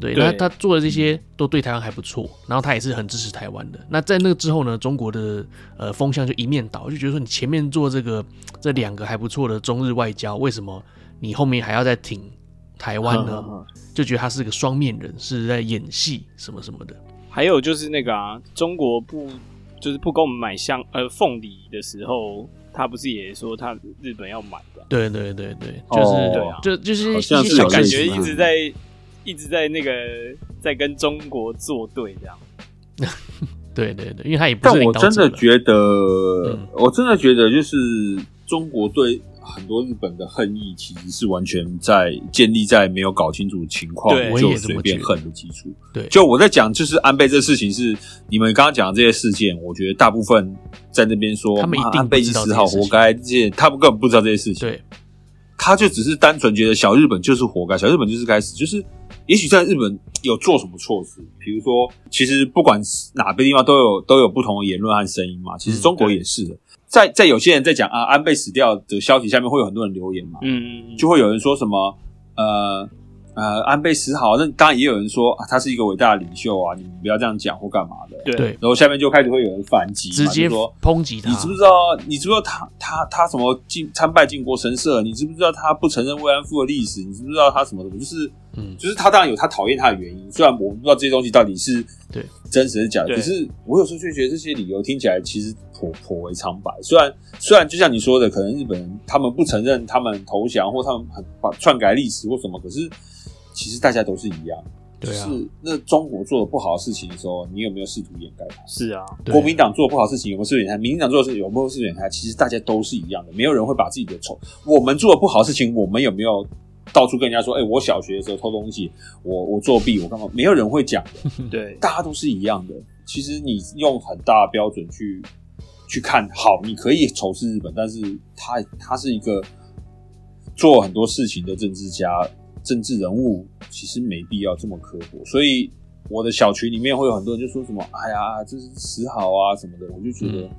Speaker 2: 对，
Speaker 3: 对
Speaker 2: 那他做的这些都对台湾还不错，然后他也是很支持台湾的。那在那之后呢，中国的呃风向就一面倒，就觉得说你前面做这个这两个还不错的中日外交，为什么你后面还要再挺台湾呢？
Speaker 1: 嗯嗯
Speaker 2: 就觉得他是个双面人，是在演戏什么什么的。
Speaker 1: 还有就是那个啊，中国不就是不跟我们买香呃凤梨的时候，他不是也说他日本要买的？
Speaker 2: 对对对对，
Speaker 3: 哦
Speaker 2: 就是、
Speaker 3: 对
Speaker 1: 啊
Speaker 2: 就就是
Speaker 3: 好
Speaker 2: 一
Speaker 3: 像
Speaker 2: 些
Speaker 3: 是
Speaker 2: 小
Speaker 3: 有
Speaker 1: 感
Speaker 2: 感
Speaker 3: 类似
Speaker 1: 觉
Speaker 2: 觉
Speaker 3: 的，
Speaker 1: 一直在一直在那个在跟中国作对这样。啊
Speaker 2: 对对对，因为他也不
Speaker 3: 但
Speaker 2: 是领
Speaker 3: 我
Speaker 2: 导
Speaker 3: 真
Speaker 2: 者
Speaker 3: 的
Speaker 2: 了
Speaker 3: 觉得，
Speaker 2: 嗯
Speaker 3: 我真的觉得就是中国对很多日本的恨意其实是完全在建立在没有搞清楚情况
Speaker 1: 对
Speaker 2: 我
Speaker 3: 就
Speaker 2: 也这么
Speaker 3: 随便
Speaker 2: 觉得
Speaker 3: 恨的基础。
Speaker 2: 对
Speaker 3: 就我在讲，就是安倍这事情是你们刚刚讲的这些事件，我觉得大部分在那边说
Speaker 2: 他们一定
Speaker 3: 啊安倍是
Speaker 2: 不知
Speaker 3: 死
Speaker 2: 道
Speaker 3: 好
Speaker 2: 这些事情
Speaker 3: 活该，这些他们根本不知道这些事情。
Speaker 2: 对，
Speaker 3: 他就只是单纯觉得小日本就是活该，小日本就是该死，就是也许在日本有做什么措施，比如说，其实不管是哪个地方都有都有不同的言论和声音嘛，其实
Speaker 2: 嗯
Speaker 3: 中国也是的，在在有些人在讲啊安倍死掉的消息下面会有很多人留言嘛，
Speaker 1: 嗯，
Speaker 3: 就会有人说什么呃呃安倍死好，那当然也有人说啊他是一个伟大的领袖啊，你们不要这样讲或干嘛的，
Speaker 1: 对
Speaker 2: 对
Speaker 3: 然后下面就开始会有人反击嘛，
Speaker 2: 直接
Speaker 3: 就说
Speaker 2: 抨击他
Speaker 3: 你，知不知道？你知不知道他他他什么进参拜靖国神社？你知不知道他不承认慰安妇的历史？你知不知道他什么什么？就是
Speaker 2: 嗯，
Speaker 3: 就是他当然有他讨厌他的原因，虽然我不知道这些东西到底是
Speaker 2: 对
Speaker 3: 真实还是假的，
Speaker 1: 对
Speaker 3: 可是我有时候就觉得这些理由听起来其实颇颇为苍白。虽然虽然就像你说的，可能日本人他们不承认他们投降或他们很把篡改历史或什么，可是其实大家都是一样。
Speaker 2: 对啊
Speaker 3: 就，是那中国做的不好的事情的时候，你有没有试图掩盖它？
Speaker 1: 是啊，
Speaker 2: 对
Speaker 3: 国民党做不好的事情有没有事情他？民进党做的事情有没有事情他？其实大家都是一样的，没有人会把自己的仇。我们做的不好的事情，我们有没有到处跟人家说？哎、我小学的时候偷东西，我我作弊，我干嘛？没有人会讲的，
Speaker 1: 对，
Speaker 3: 大家都是一样的。其实你用很大的标准去去看好，你可以仇视日本，但是他他是一个做很多事情的政治家、政治人物，其实没必要这么刻薄。所以我的小群里面会有很多人就说什么“哎呀，这是死好啊”什么的，我就觉得。
Speaker 2: 嗯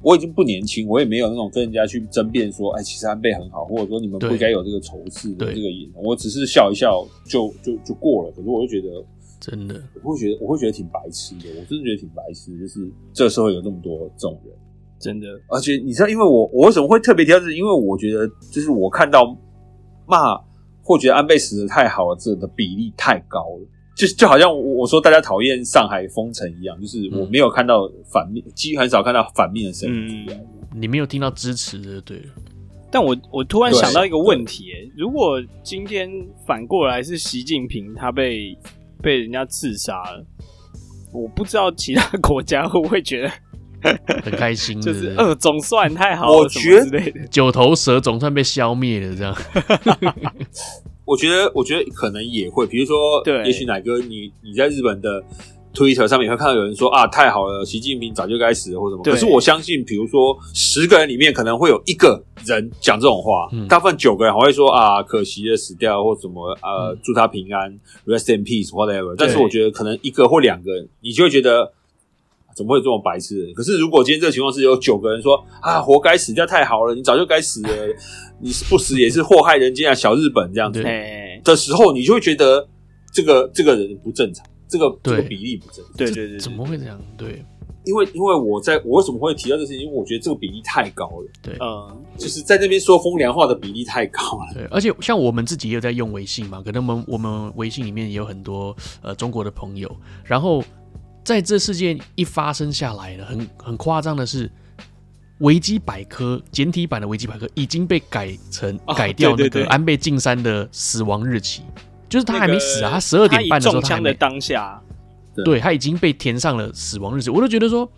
Speaker 3: 我已经不年轻，我也没有那种跟人家去争辩说，哎，其实安倍很好，或者说你们不
Speaker 2: 对
Speaker 3: 该有这个仇视的
Speaker 2: 对
Speaker 3: 这个眼，我只是笑一笑就就就过了。可是我就觉得，
Speaker 2: 真的，
Speaker 3: 我会觉得我会觉得挺白痴的，我真的觉得挺白痴，就是这个社会有这么多这种人，
Speaker 1: 真的，
Speaker 3: 而且你知道，因为我我为什么会特别提到这个，因为我觉得就是我看到骂或觉得安倍死的太好了，这的比例太高了。就就好像我我说大家讨厌上海封城一样，就是我
Speaker 2: 嗯
Speaker 3: 没有看到反面，几乎很少看到反面的声音
Speaker 1: 嗯
Speaker 3: 出来。
Speaker 2: 你没有听到支持的，对了，
Speaker 1: 但我我突然
Speaker 3: 对
Speaker 1: 想到一个问题、欸如果今天反过来是习近平他被被人家刺杀了，我不知道其他国家会不会觉得
Speaker 2: 很开 心，
Speaker 1: 就
Speaker 2: 对
Speaker 1: 是
Speaker 2: 不对
Speaker 1: 呃总算太好
Speaker 3: 嗯我
Speaker 1: 了什么之类的，
Speaker 2: 九头蛇总算被消灭了，这样，
Speaker 3: 我觉得，我觉得可能也会，比如说，
Speaker 1: 对
Speaker 3: 也许奶哥你你在日本的 Twitter 上面也会看到有人说啊，太好了，习近平早就该死了或什么。
Speaker 1: 对
Speaker 3: 可是我相信，比如说十个人里面可能会有一个人讲这种话，
Speaker 2: 嗯
Speaker 3: 大部分九个人还会说啊，可惜的死掉或什么呃，
Speaker 2: 嗯
Speaker 3: 祝他平安，rest in peace whatever。但是我觉得可能一个或两个，你就会觉得。怎么会有这种白痴的人？可是如果今天这个情况是有九个人说啊，活该死掉太好了，你早就该死了，你不死也是祸害人家小日本这样子
Speaker 2: 对，
Speaker 1: 哎、
Speaker 3: 的时候，你就会觉得这个这个人不正常，这个这
Speaker 2: 对
Speaker 3: 个比例不正常。
Speaker 1: 对对对
Speaker 2: 怎么会这样？对
Speaker 3: 因为因为我在我为什么会提到这事情？因为我觉得这个比例太高了，
Speaker 2: 对
Speaker 1: 嗯、呃
Speaker 3: 就是在那边说风凉话的比例太高了。
Speaker 2: 对，而且像我们自己也有在用微信嘛，可能我们我们微信里面也有很多呃中国的朋友，然后在这事件一发生下来呢，很很夸张的是。维基百科简体版的维基百科已经被改成、
Speaker 1: 哦
Speaker 2: 改
Speaker 1: 对
Speaker 2: 掉那
Speaker 1: 对
Speaker 2: 个
Speaker 1: 对
Speaker 2: 安倍晋三的死亡日期，就是他还没死啊，
Speaker 1: 那个
Speaker 2: 他十二点半的时
Speaker 1: 他
Speaker 2: 候
Speaker 1: 以中
Speaker 2: 他还
Speaker 1: 枪
Speaker 2: 没
Speaker 1: 的当下，
Speaker 2: 对他已经被填上了死亡日志，我都觉得说，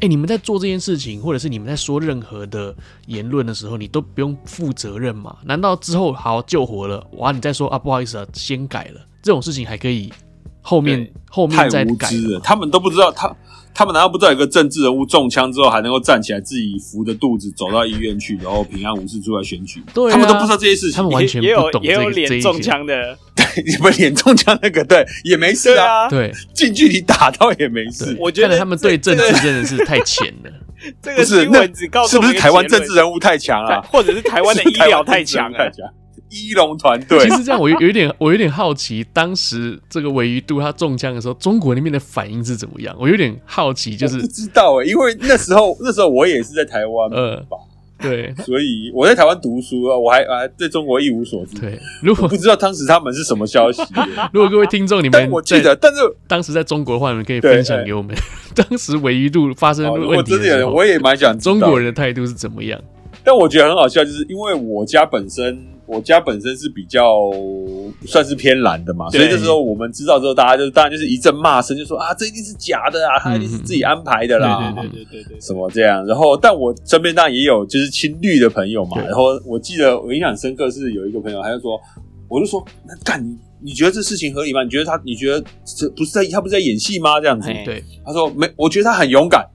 Speaker 2: 哎、你们在做这件事情，或者是你们在说任何的言论的时候，你都不用负责任嘛？难道之后好救活了，哇，你再说啊，不好意思啊，先改了，这种事情还可以后面
Speaker 1: 对
Speaker 2: 后
Speaker 3: 太
Speaker 2: 面再
Speaker 3: 无
Speaker 2: 改
Speaker 3: 知了，
Speaker 2: 嘛
Speaker 3: 他们都不知道他。他们难道不知道有个政治人物中枪之后还能够站起来，自己扶着肚子走到医院去，然后平安无事出来选举？
Speaker 2: 对啊
Speaker 3: 他们都不知道这些事
Speaker 2: 他
Speaker 3: 情
Speaker 2: 们。完全
Speaker 1: 也也
Speaker 2: 不
Speaker 1: 有
Speaker 2: 懂
Speaker 1: 也
Speaker 2: 这
Speaker 1: 有
Speaker 2: 个这
Speaker 1: 脸
Speaker 2: 一
Speaker 1: 中
Speaker 2: 些，
Speaker 1: 枪的，
Speaker 3: 你们脸中枪那个，对，也没事
Speaker 1: 对
Speaker 3: 啊，
Speaker 1: 啊，
Speaker 2: 对
Speaker 3: 近距离打到也没事
Speaker 2: 对，。
Speaker 1: 我觉得
Speaker 2: 看来他们
Speaker 1: 这
Speaker 2: 对政
Speaker 1: 这
Speaker 2: 治
Speaker 1: 个
Speaker 2: 真的是太浅 了，
Speaker 1: 这
Speaker 3: 不
Speaker 1: 个
Speaker 3: 是
Speaker 1: 新
Speaker 3: 那
Speaker 1: 闻只告诉
Speaker 3: 是
Speaker 1: 我
Speaker 3: 不
Speaker 1: 们
Speaker 3: 是台湾政治
Speaker 1: 人
Speaker 3: 人物太强啊？
Speaker 1: 或者是台 湾的医疗太强
Speaker 3: 太
Speaker 1: 了？
Speaker 3: 强，医龙团队
Speaker 1: 啊
Speaker 2: 其实这样我有有一点，我有点好奇，当时这个维鱼度他中枪的时候，中国那边的反应是怎么样？我有点好奇，就
Speaker 3: 我不
Speaker 2: 是
Speaker 3: 知道哎、因为那时候那时候我也是在台湾嘛，
Speaker 2: 呃，对
Speaker 3: 所以我在台湾读书啊，我还啊对中国一无所知，
Speaker 2: 对，如
Speaker 3: 我
Speaker 2: 果
Speaker 3: 不知道当时他们是什么消息、
Speaker 2: 如果各位听众，你们
Speaker 3: 但我记
Speaker 2: 在
Speaker 3: 得，但是
Speaker 2: 当时在中国的话，你们可以
Speaker 3: 对
Speaker 2: 分享给我们。 当时维一度发生
Speaker 3: 哦如果
Speaker 2: 问题
Speaker 3: 真
Speaker 2: 的
Speaker 3: 的有
Speaker 2: 时
Speaker 3: 人，
Speaker 2: 候，
Speaker 3: 我也蛮想知道
Speaker 2: 中国人的态度是怎么样？
Speaker 3: 但我觉得很好笑，就是因为我家本身我家本身是比较算是偏蓝的嘛，所以
Speaker 2: 对
Speaker 3: 这时候我们知道之后，大家就当然就是一阵骂声，就说啊，这一定是假的啊，他一定
Speaker 2: 嗯
Speaker 3: 是自己安排的啦，
Speaker 2: 嗯嗯嗯
Speaker 1: 对啊对对对对，
Speaker 3: 什么这样。然后，但我身边当然也有就是亲绿的朋友嘛。
Speaker 2: 对
Speaker 3: 然后我记得我印象很深刻是有一个朋友，他就说，我就说，那干你你觉得这事情合理吗？你觉得他你觉得这不是在他不是在演戏吗？这样子，
Speaker 1: 嘿
Speaker 2: 对，
Speaker 3: 他说没，我觉得他很勇敢，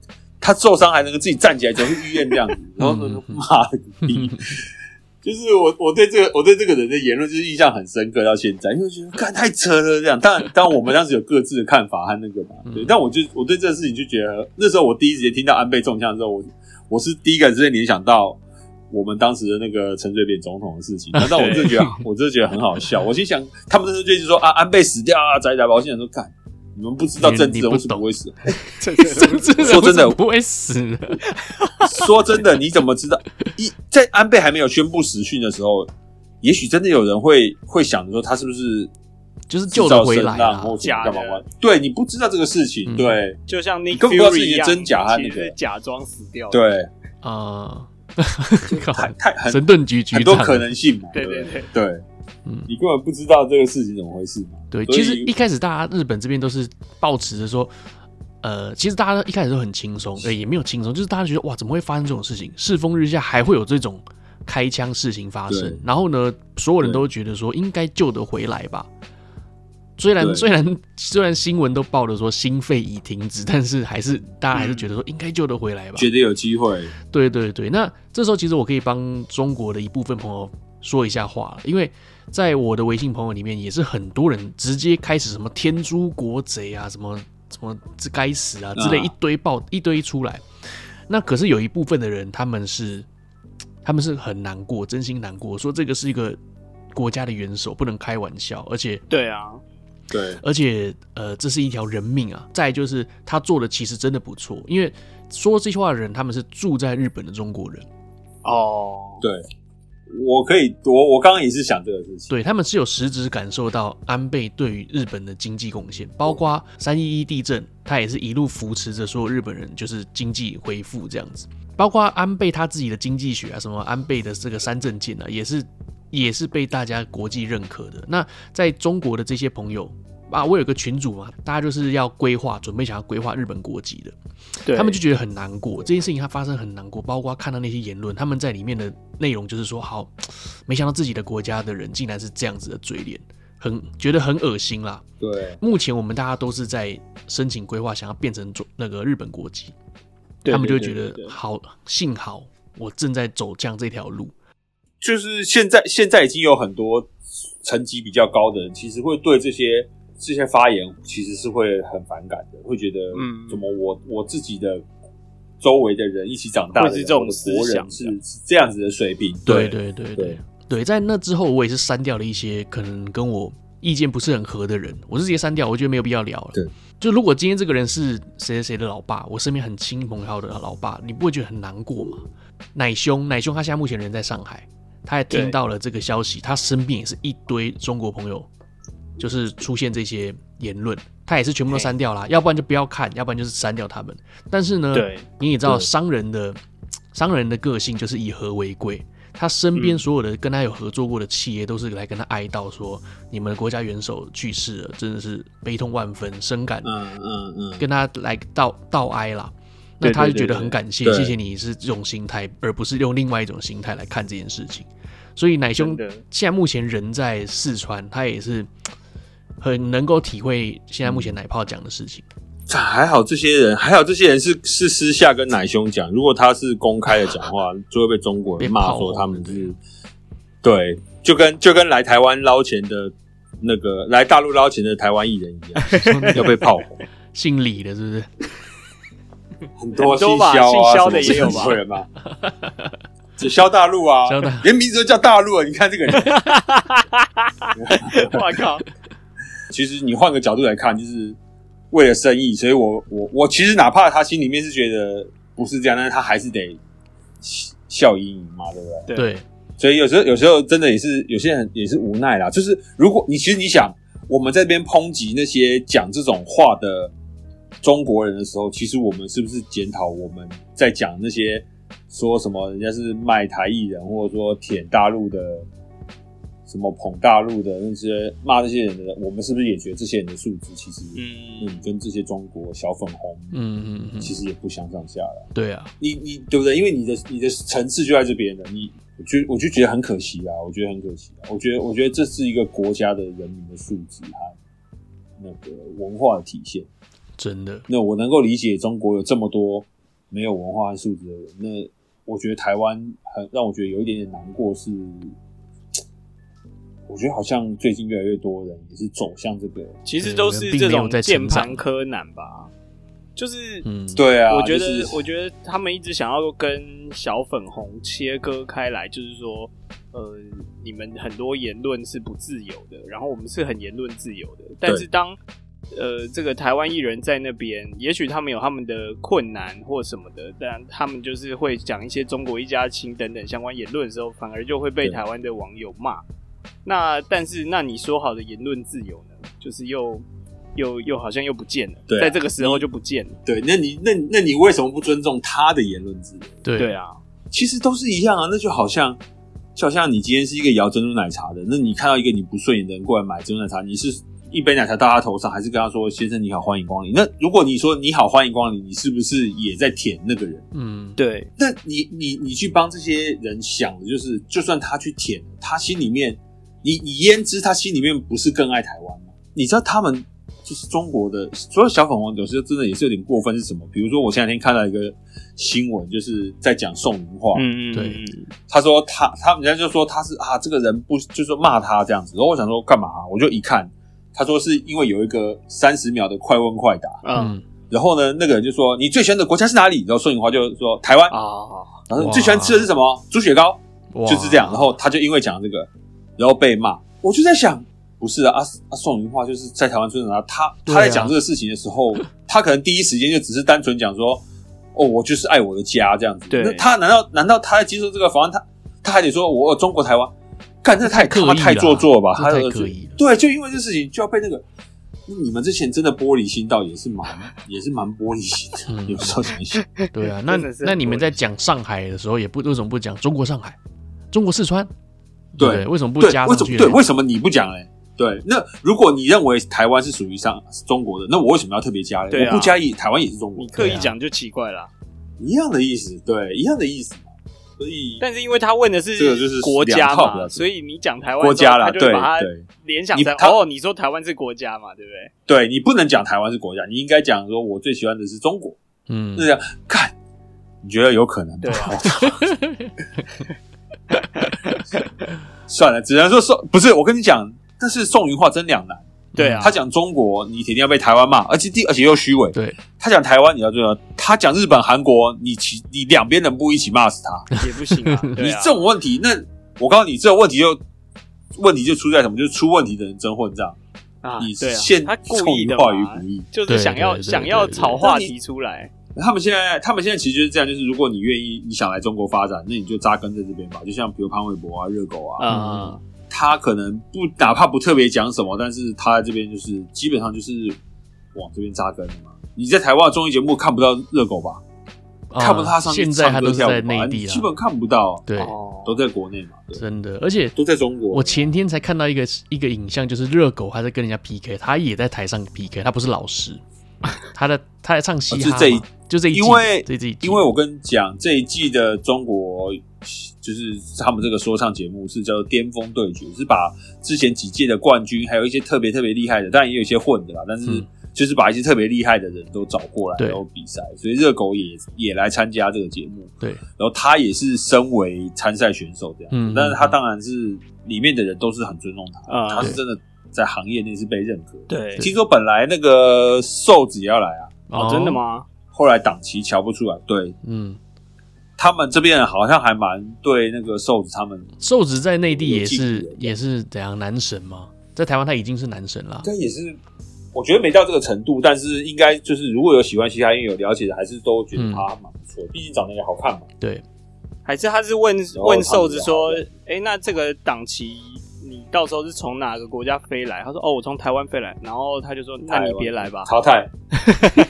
Speaker 3: 他受伤还能够自己站起来走去医院这样子。然后
Speaker 2: 嗯
Speaker 3: 说妈的个 逼。就是我，我对这个，我对这个人的言论就是印象很深刻到现在，因为觉得干太扯了这样。当然，当然我们当时有各自的看法和那个嘛，对。
Speaker 2: 嗯
Speaker 3: 但我就我对这个事情就觉得，那时候我第一时间听到安倍中枪之后，我我是第一个直接联想到我们当时的那个陈水扁总统的事 情。那我真的觉得，我真的觉得很好笑。我心想，他们那时候就一直说啊，安倍死掉啊，宅宅吧。我心想说，干，你们不知道
Speaker 2: 你
Speaker 3: 政治
Speaker 2: 你
Speaker 3: 人
Speaker 2: 不
Speaker 3: 物是不
Speaker 2: 懂
Speaker 3: 会死的，
Speaker 1: 这这
Speaker 2: 甚至
Speaker 3: 说真的
Speaker 2: 不会死的，
Speaker 3: 说真的，你怎么知道？一在安倍还没有宣布实讯的时候，也许真的有人会会想着说他是不是
Speaker 2: 就是救得回
Speaker 3: 制造
Speaker 2: 来
Speaker 3: 声浪
Speaker 2: 啦。
Speaker 3: 或者干嘛
Speaker 1: 假的
Speaker 3: 对你不知道这个事情，
Speaker 2: 嗯
Speaker 3: 对
Speaker 1: 就像 Nick
Speaker 3: 你根本不知道
Speaker 1: Fury
Speaker 3: 是
Speaker 1: 一样，
Speaker 3: 真假和啊
Speaker 1: 其
Speaker 3: 那
Speaker 1: 实
Speaker 3: 个
Speaker 1: 是假装死掉的。
Speaker 3: 对，
Speaker 2: 啊，
Speaker 3: 太太很
Speaker 2: 神盾局局
Speaker 3: 很多
Speaker 2: 长，
Speaker 3: 可能性嘛，
Speaker 1: 对
Speaker 3: 对
Speaker 1: 对对，
Speaker 3: 对，
Speaker 2: 嗯
Speaker 3: 你根本不知道这个事情怎么回事嘛，
Speaker 2: 对，
Speaker 3: 所以
Speaker 2: 其实一开始大家日本这边都是抱持着说，呃，其实大家一开始都很轻松，呃，也没有轻松，就是大家觉得哇，怎么会发生这种事情？世风日下还会有这种开枪事情发生
Speaker 3: 对？
Speaker 2: 然后呢，所有人
Speaker 3: 对
Speaker 2: 都觉得说应该救得回来吧。虽然
Speaker 3: 对
Speaker 2: 虽然虽然新闻都报的说心肺已停止，但是还是大家
Speaker 3: 嗯
Speaker 2: 还是觉得说应该救得回来吧。
Speaker 3: 觉得有机会，
Speaker 2: 对对对，那这时候其实我可以帮中国的一部分朋友说一下话了，因为在我的微信朋友里面，也是很多人直接开始什么天诛国贼啊，什么什么这该死啊之类
Speaker 3: 啊
Speaker 2: 一堆爆一堆出来。那可是有一部分的人，他们是他们是很难过，真心难过，说这个是一个国家的元首，不能开玩笑，而且
Speaker 1: 对啊，
Speaker 3: 对
Speaker 2: 而且呃，这是一条人命啊。再来就是他做的其实真的不错，因为说这句话的人，他们是住在日本的中国人，
Speaker 1: 哦，
Speaker 3: 对，我可以，我我刚刚也是想这个事情，
Speaker 2: 对他们是有实质感受到安倍对于日本的经济贡献，包括三一一地震，他也是一路扶持着所有日本人，就是经济恢复这样子。包括安倍他自己的经济学啊，什么安倍的这个三证件啊，也是也是被大家国际认可的。那在中国的这些朋友啊，我有个群主嘛，大家就是要规划，准备想要规划日本国籍的。
Speaker 1: 对，
Speaker 2: 他们就觉得很难过，这件事情它发生很难过，包括看到那些言论，他们在里面的内容就是说，好，没想到自己的国家的人竟然是这样子的嘴脸，很觉得很恶心啦。
Speaker 3: 对
Speaker 2: 目前我们大家都是在申请规划，想要变成中那个日本国籍，
Speaker 1: 对
Speaker 2: 他们就会
Speaker 1: 对
Speaker 2: 觉
Speaker 1: 对
Speaker 2: 得
Speaker 1: 对对
Speaker 2: 好，幸好我正在走向这条路。
Speaker 3: 就是现在现在已经有很多层级比较高的人，其实会对这些这些发言其实是会很反感的，会觉得
Speaker 1: 嗯
Speaker 3: 怎么我我自己的周围的人一起长大的
Speaker 1: 会
Speaker 3: 人，
Speaker 1: 是这种
Speaker 3: 我的
Speaker 1: 思
Speaker 3: 国
Speaker 1: 想嗯
Speaker 3: 人是是这样子的水平，
Speaker 2: 对对
Speaker 3: 对
Speaker 2: 对对
Speaker 3: 对
Speaker 2: 对，在那之后，我也是删掉了一些可能跟我意见不是很合的人，我是直接删掉，我觉得没有必要聊了。
Speaker 3: 对，
Speaker 2: 就如果今天这个人是谁谁谁的老爸，我身边很亲朋好友的老爸，你不会觉得很难过吗？奶兄，奶兄他现在目前人在上海，他也听
Speaker 1: 对
Speaker 2: 到了这个消息，他身边也是一堆中国朋友，就是出现这些言论，他也是全部都删掉啦，要不然就不要看，要不然就是删掉他们。但是呢，
Speaker 1: 对
Speaker 2: 你也知道
Speaker 3: 对
Speaker 2: 商人的商人的个性就是以和为贵，他身
Speaker 1: 嗯
Speaker 2: 边所有的跟他有合作过的企业都是来跟他哀悼说，你们的国家元首去世了，真的是悲痛万分，深感
Speaker 3: 嗯嗯嗯，
Speaker 2: 跟他来道道哀啦。
Speaker 1: 对
Speaker 2: 那他
Speaker 1: 对
Speaker 2: 就
Speaker 1: 对
Speaker 2: 觉得
Speaker 1: 对
Speaker 2: 很感谢，
Speaker 3: 对
Speaker 2: 谢谢你是这种心态，而不是用另外一种心态来看这件事情。所以奶兄
Speaker 1: 真的
Speaker 2: 现在目前人在四川，他也是很能够体会现在目前奶泡讲的事情。
Speaker 1: 嗯
Speaker 3: 这还好这些人，还好这些人是是私下跟奶兄讲，如果他是公开的讲话，就会被中国人骂说他们是，对，就跟就跟来台湾捞钱的那个来大陆捞钱的台湾艺人一 样，要被炮火。
Speaker 2: 姓李的是不是？
Speaker 3: 很多
Speaker 1: 很多
Speaker 3: 姓
Speaker 1: 吧
Speaker 3: 肖啊，
Speaker 1: 姓肖的也有吧
Speaker 3: 吧？人嘛，就肖大陆啊
Speaker 2: 肖大，
Speaker 3: 连名字都叫大陆啊！你看这个人，
Speaker 1: 我靠，
Speaker 3: 其实你换个角度来看，就是为了生意，所以我我我其实哪怕他心里面是觉得不是这样，但是他还是得笑笑盈盈嘛，对不对？
Speaker 1: 对
Speaker 2: 对，
Speaker 3: 所以有时候有时候真的也是有些人也是无奈啦。就是如果你其实你想，我们在这边抨击那些讲这种话的中国人的时候，其实我们是不是检讨我们在讲那些说什么人家是卖台艺人，或者说舔大陆的什么捧大陆的那些骂这些人的，我们是不是也觉得这些人的素质其实，
Speaker 1: 嗯
Speaker 3: 嗯，跟这些中国小粉红，
Speaker 2: 嗯嗯嗯，
Speaker 3: 其实也不相上下了。
Speaker 2: 对啊，
Speaker 3: 你你对不对？因为你的你的层次就在这边了，你我就我就觉得很可惜啊，我觉得很可惜啊，我觉得我觉得这是一个国家的人民的素质和那个文化的体现。
Speaker 2: 真的，
Speaker 3: 那我能够理解中国有这么多没有文化和素质的人，那我觉得台湾很让我觉得有一点点难过是，我觉得好像最近越来越多人也是走向这个，
Speaker 1: 其实都
Speaker 2: 对我
Speaker 1: 是
Speaker 2: 们
Speaker 1: 这
Speaker 2: 并没有
Speaker 1: 种
Speaker 2: 在
Speaker 1: 键
Speaker 2: 成长
Speaker 1: 盘柯南吧，就是
Speaker 2: 嗯，
Speaker 3: 对啊，
Speaker 1: 我觉得，
Speaker 3: 就是
Speaker 1: 我觉得他们一直想要跟小粉红切割开来，就是说，呃，你们很多言论是不自由的，然后我们是很言论自由的。但是当呃这个台湾艺人在那边，也许他们有他们的困难或什么的，但他们就是会讲一些中国一家亲等等相关言论的时候，反而就会被
Speaker 3: 对
Speaker 1: 台湾的网友骂。那但是，那你说好的言论自由呢？就是又又又好像又不见了，
Speaker 3: 对啊
Speaker 1: 在这个时候就不见了。
Speaker 3: 对，那你那那你为什么不尊重他的言论自由？
Speaker 2: 对
Speaker 1: 对，啊，
Speaker 3: 其实都是一样啊，那就好像就好像你今天是一个摇珍珠奶茶的，那你看到一个你不顺眼的人过来买珍珠奶茶，你是一杯奶茶倒他头上，还是跟他说先生你好欢迎光临？那如果你说你好欢迎光临，你是不是也在舔那个人？
Speaker 2: 嗯，
Speaker 1: 对，
Speaker 3: 那你你你去帮这些人想的就是，就算他去舔，他心里面，你你焉知他心里面不是更爱台湾吗？你知道他们就是中国的所有小粉红，有时候真的也是有点过分，是什么？比如说我前两天看到一个新闻，就是在讲宋宁化，
Speaker 1: 嗯嗯
Speaker 2: 对
Speaker 1: 嗯嗯
Speaker 3: 他说他他人家就说他是啊，这个人不就是骂他这样子。然后我想说干嘛、啊我就一看，他说是因为有一个三十秒的快问快答，
Speaker 1: 嗯
Speaker 2: 嗯，
Speaker 3: 然后呢，那个人就说你最喜欢的国家是哪里？然后宋颖华就说台湾，
Speaker 1: 啊，
Speaker 3: 然
Speaker 2: 哇
Speaker 3: 后你最喜欢吃的是什么？猪血糕，
Speaker 2: 哇
Speaker 3: 就是这样。然后他就因为讲这个，然后被骂。我就在想，不是啊，啊啊宋颖华就是在台湾出生的啊，他
Speaker 2: 对啊
Speaker 3: 他在讲这个事情的时 候，他可能第一时间就只是单纯讲说，哦，我就是爱我的家这样子。
Speaker 1: 对
Speaker 3: 那他难道难道他在接受这个访问，他他还得说我有中国台湾？干，这太
Speaker 2: 刻
Speaker 3: 他
Speaker 2: 意
Speaker 3: 妈太
Speaker 2: 啦
Speaker 3: 做作了吧？
Speaker 2: 这
Speaker 3: 他
Speaker 2: 太
Speaker 3: 的
Speaker 2: 刻意了
Speaker 3: 对，就因为这事情就要被那个。那你们之前真的玻璃心，到也是蛮也是蛮玻璃心的。
Speaker 2: 嗯
Speaker 3: 有时候想一想，
Speaker 2: 对 啊，那
Speaker 1: 真的是很
Speaker 2: 那你们
Speaker 1: 多
Speaker 2: 在
Speaker 1: 人
Speaker 2: 讲上海的时候，也不为什么不讲中国上海、中国四川？
Speaker 3: 对
Speaker 2: 不为什么不
Speaker 3: 对，
Speaker 2: 加
Speaker 3: 为
Speaker 2: 上
Speaker 3: 什
Speaker 2: 去？
Speaker 3: 么对？为什么你不讲嘞？对，那如果你认为台湾是属于上中国的，那我为什么要特别加
Speaker 1: 对
Speaker 3: 嘞？
Speaker 1: 啊
Speaker 3: 我不加以台湾也是中国
Speaker 1: 你
Speaker 3: 的，
Speaker 1: 刻意讲就奇怪了。啊
Speaker 3: 一样的意思，对，一样的意思嘛。所以
Speaker 1: 但是因为他问的是
Speaker 3: 这个就是
Speaker 1: 国家
Speaker 3: 两套比较
Speaker 1: 嘛，
Speaker 3: 多
Speaker 1: 所以你讲台湾
Speaker 3: 国家
Speaker 1: 了，
Speaker 3: 啦，
Speaker 1: 他就会
Speaker 3: 对
Speaker 1: 把它
Speaker 3: 对
Speaker 1: 联想成
Speaker 3: 你他
Speaker 1: 哦，你说台湾是国家嘛，对不对？
Speaker 3: 对，你不能讲台湾是国家，你应该讲说我最喜欢的是中国，
Speaker 2: 嗯
Speaker 3: 那，这样看，你觉得有可能吗？
Speaker 1: 对啊
Speaker 3: 算了，只能说宋不是我跟你讲，但是宋云化真两难。
Speaker 1: 对啊
Speaker 3: 他讲中国，你铁定要被台湾骂，而且第而且又虚伪。
Speaker 2: 对，
Speaker 3: 他讲台湾，你要知道，他讲日本、韩国，你其你两边人不一起骂死他，
Speaker 1: 也不行 啊，
Speaker 3: 你
Speaker 1: 对啊
Speaker 3: 这，种问题，那我告诉你，这种问题就问题就出在什么？就是出问题的人真混账，
Speaker 1: 啊
Speaker 3: 你
Speaker 1: 对啊
Speaker 3: 现
Speaker 1: 他
Speaker 3: 臭
Speaker 1: 故意的
Speaker 3: 话与
Speaker 1: 嘛
Speaker 3: 不，义。
Speaker 1: 就是想要
Speaker 2: 对对对对
Speaker 1: 想要炒话题出来，
Speaker 3: 他们现在，他们现在其实就是这样，就是如果你愿意，你想来中国发展，那你就扎根在这边吧。就像比如潘玮柏啊、热狗啊，
Speaker 1: 嗯，
Speaker 3: 他可能不哪怕不特别讲什么，但是他在这边就是基本上就是往这边扎根的嘛。你在台湾的综艺节目看不到热狗吧？
Speaker 2: 啊
Speaker 3: 看不到他上去
Speaker 2: 现在
Speaker 3: 唱
Speaker 2: 他
Speaker 3: 歌
Speaker 2: 都是
Speaker 3: 跳舞
Speaker 2: 在
Speaker 3: 吧
Speaker 2: 内？地
Speaker 3: 你
Speaker 2: 了
Speaker 3: 基，本看不到，
Speaker 2: 对，
Speaker 1: 哦
Speaker 3: 都在国内嘛，对，
Speaker 2: 真的，而且
Speaker 3: 都在中国。
Speaker 2: 我前天才看到一个一个影像，就是热狗他在跟人家 PK，他也在台上 PK，他不是老师，他的他在唱嘻哈
Speaker 3: 哦就这一
Speaker 2: 嘛，就这一季的，
Speaker 3: 因为
Speaker 2: 这这一季，
Speaker 3: 因为我跟你讲，这一季的中国就是他们这个说唱节目是叫做巅峰对决，是把之前几届的冠军，还有一些特别特别厉害的，当然也有一些混的啦，但是
Speaker 2: 嗯
Speaker 3: 就是把一些特别厉害的人都找过来，
Speaker 2: 对
Speaker 3: 然后比赛，所以热狗也也来参加这个节目，
Speaker 2: 对，
Speaker 3: 然后他也是身为参赛选手这样，
Speaker 2: 嗯
Speaker 3: 但是他当然是里面的人都是很尊重他，
Speaker 1: 啊
Speaker 3: 他是真的在行业内是被认可的。
Speaker 1: 对
Speaker 3: 听说本来那个瘦子也要来啊，
Speaker 1: 哦，真的？吗？
Speaker 3: 后来档期瞧不出来，对，
Speaker 2: 嗯，
Speaker 3: 他们这边人好像还蛮对那个瘦子他们，
Speaker 2: 瘦子在内地也
Speaker 3: 有记忆
Speaker 2: 是
Speaker 3: 的
Speaker 2: 也是怎样男神吗？在台湾他已经是男神了
Speaker 3: 应，该也是，我觉得没到这个程度，但是应该就是如果有喜欢嘻哈音乐有了解的，还是都觉得他蛮不错，毕竟长得也好看嘛。
Speaker 2: 对，
Speaker 1: 还是他是问
Speaker 3: 后
Speaker 1: 问瘦子说
Speaker 3: 哦他们，
Speaker 1: 哎，那这个档期你到时候是从哪个国家飞来？他说哦，我从台湾飞来，然后他就说，那你别来吧，
Speaker 3: 淘 汰，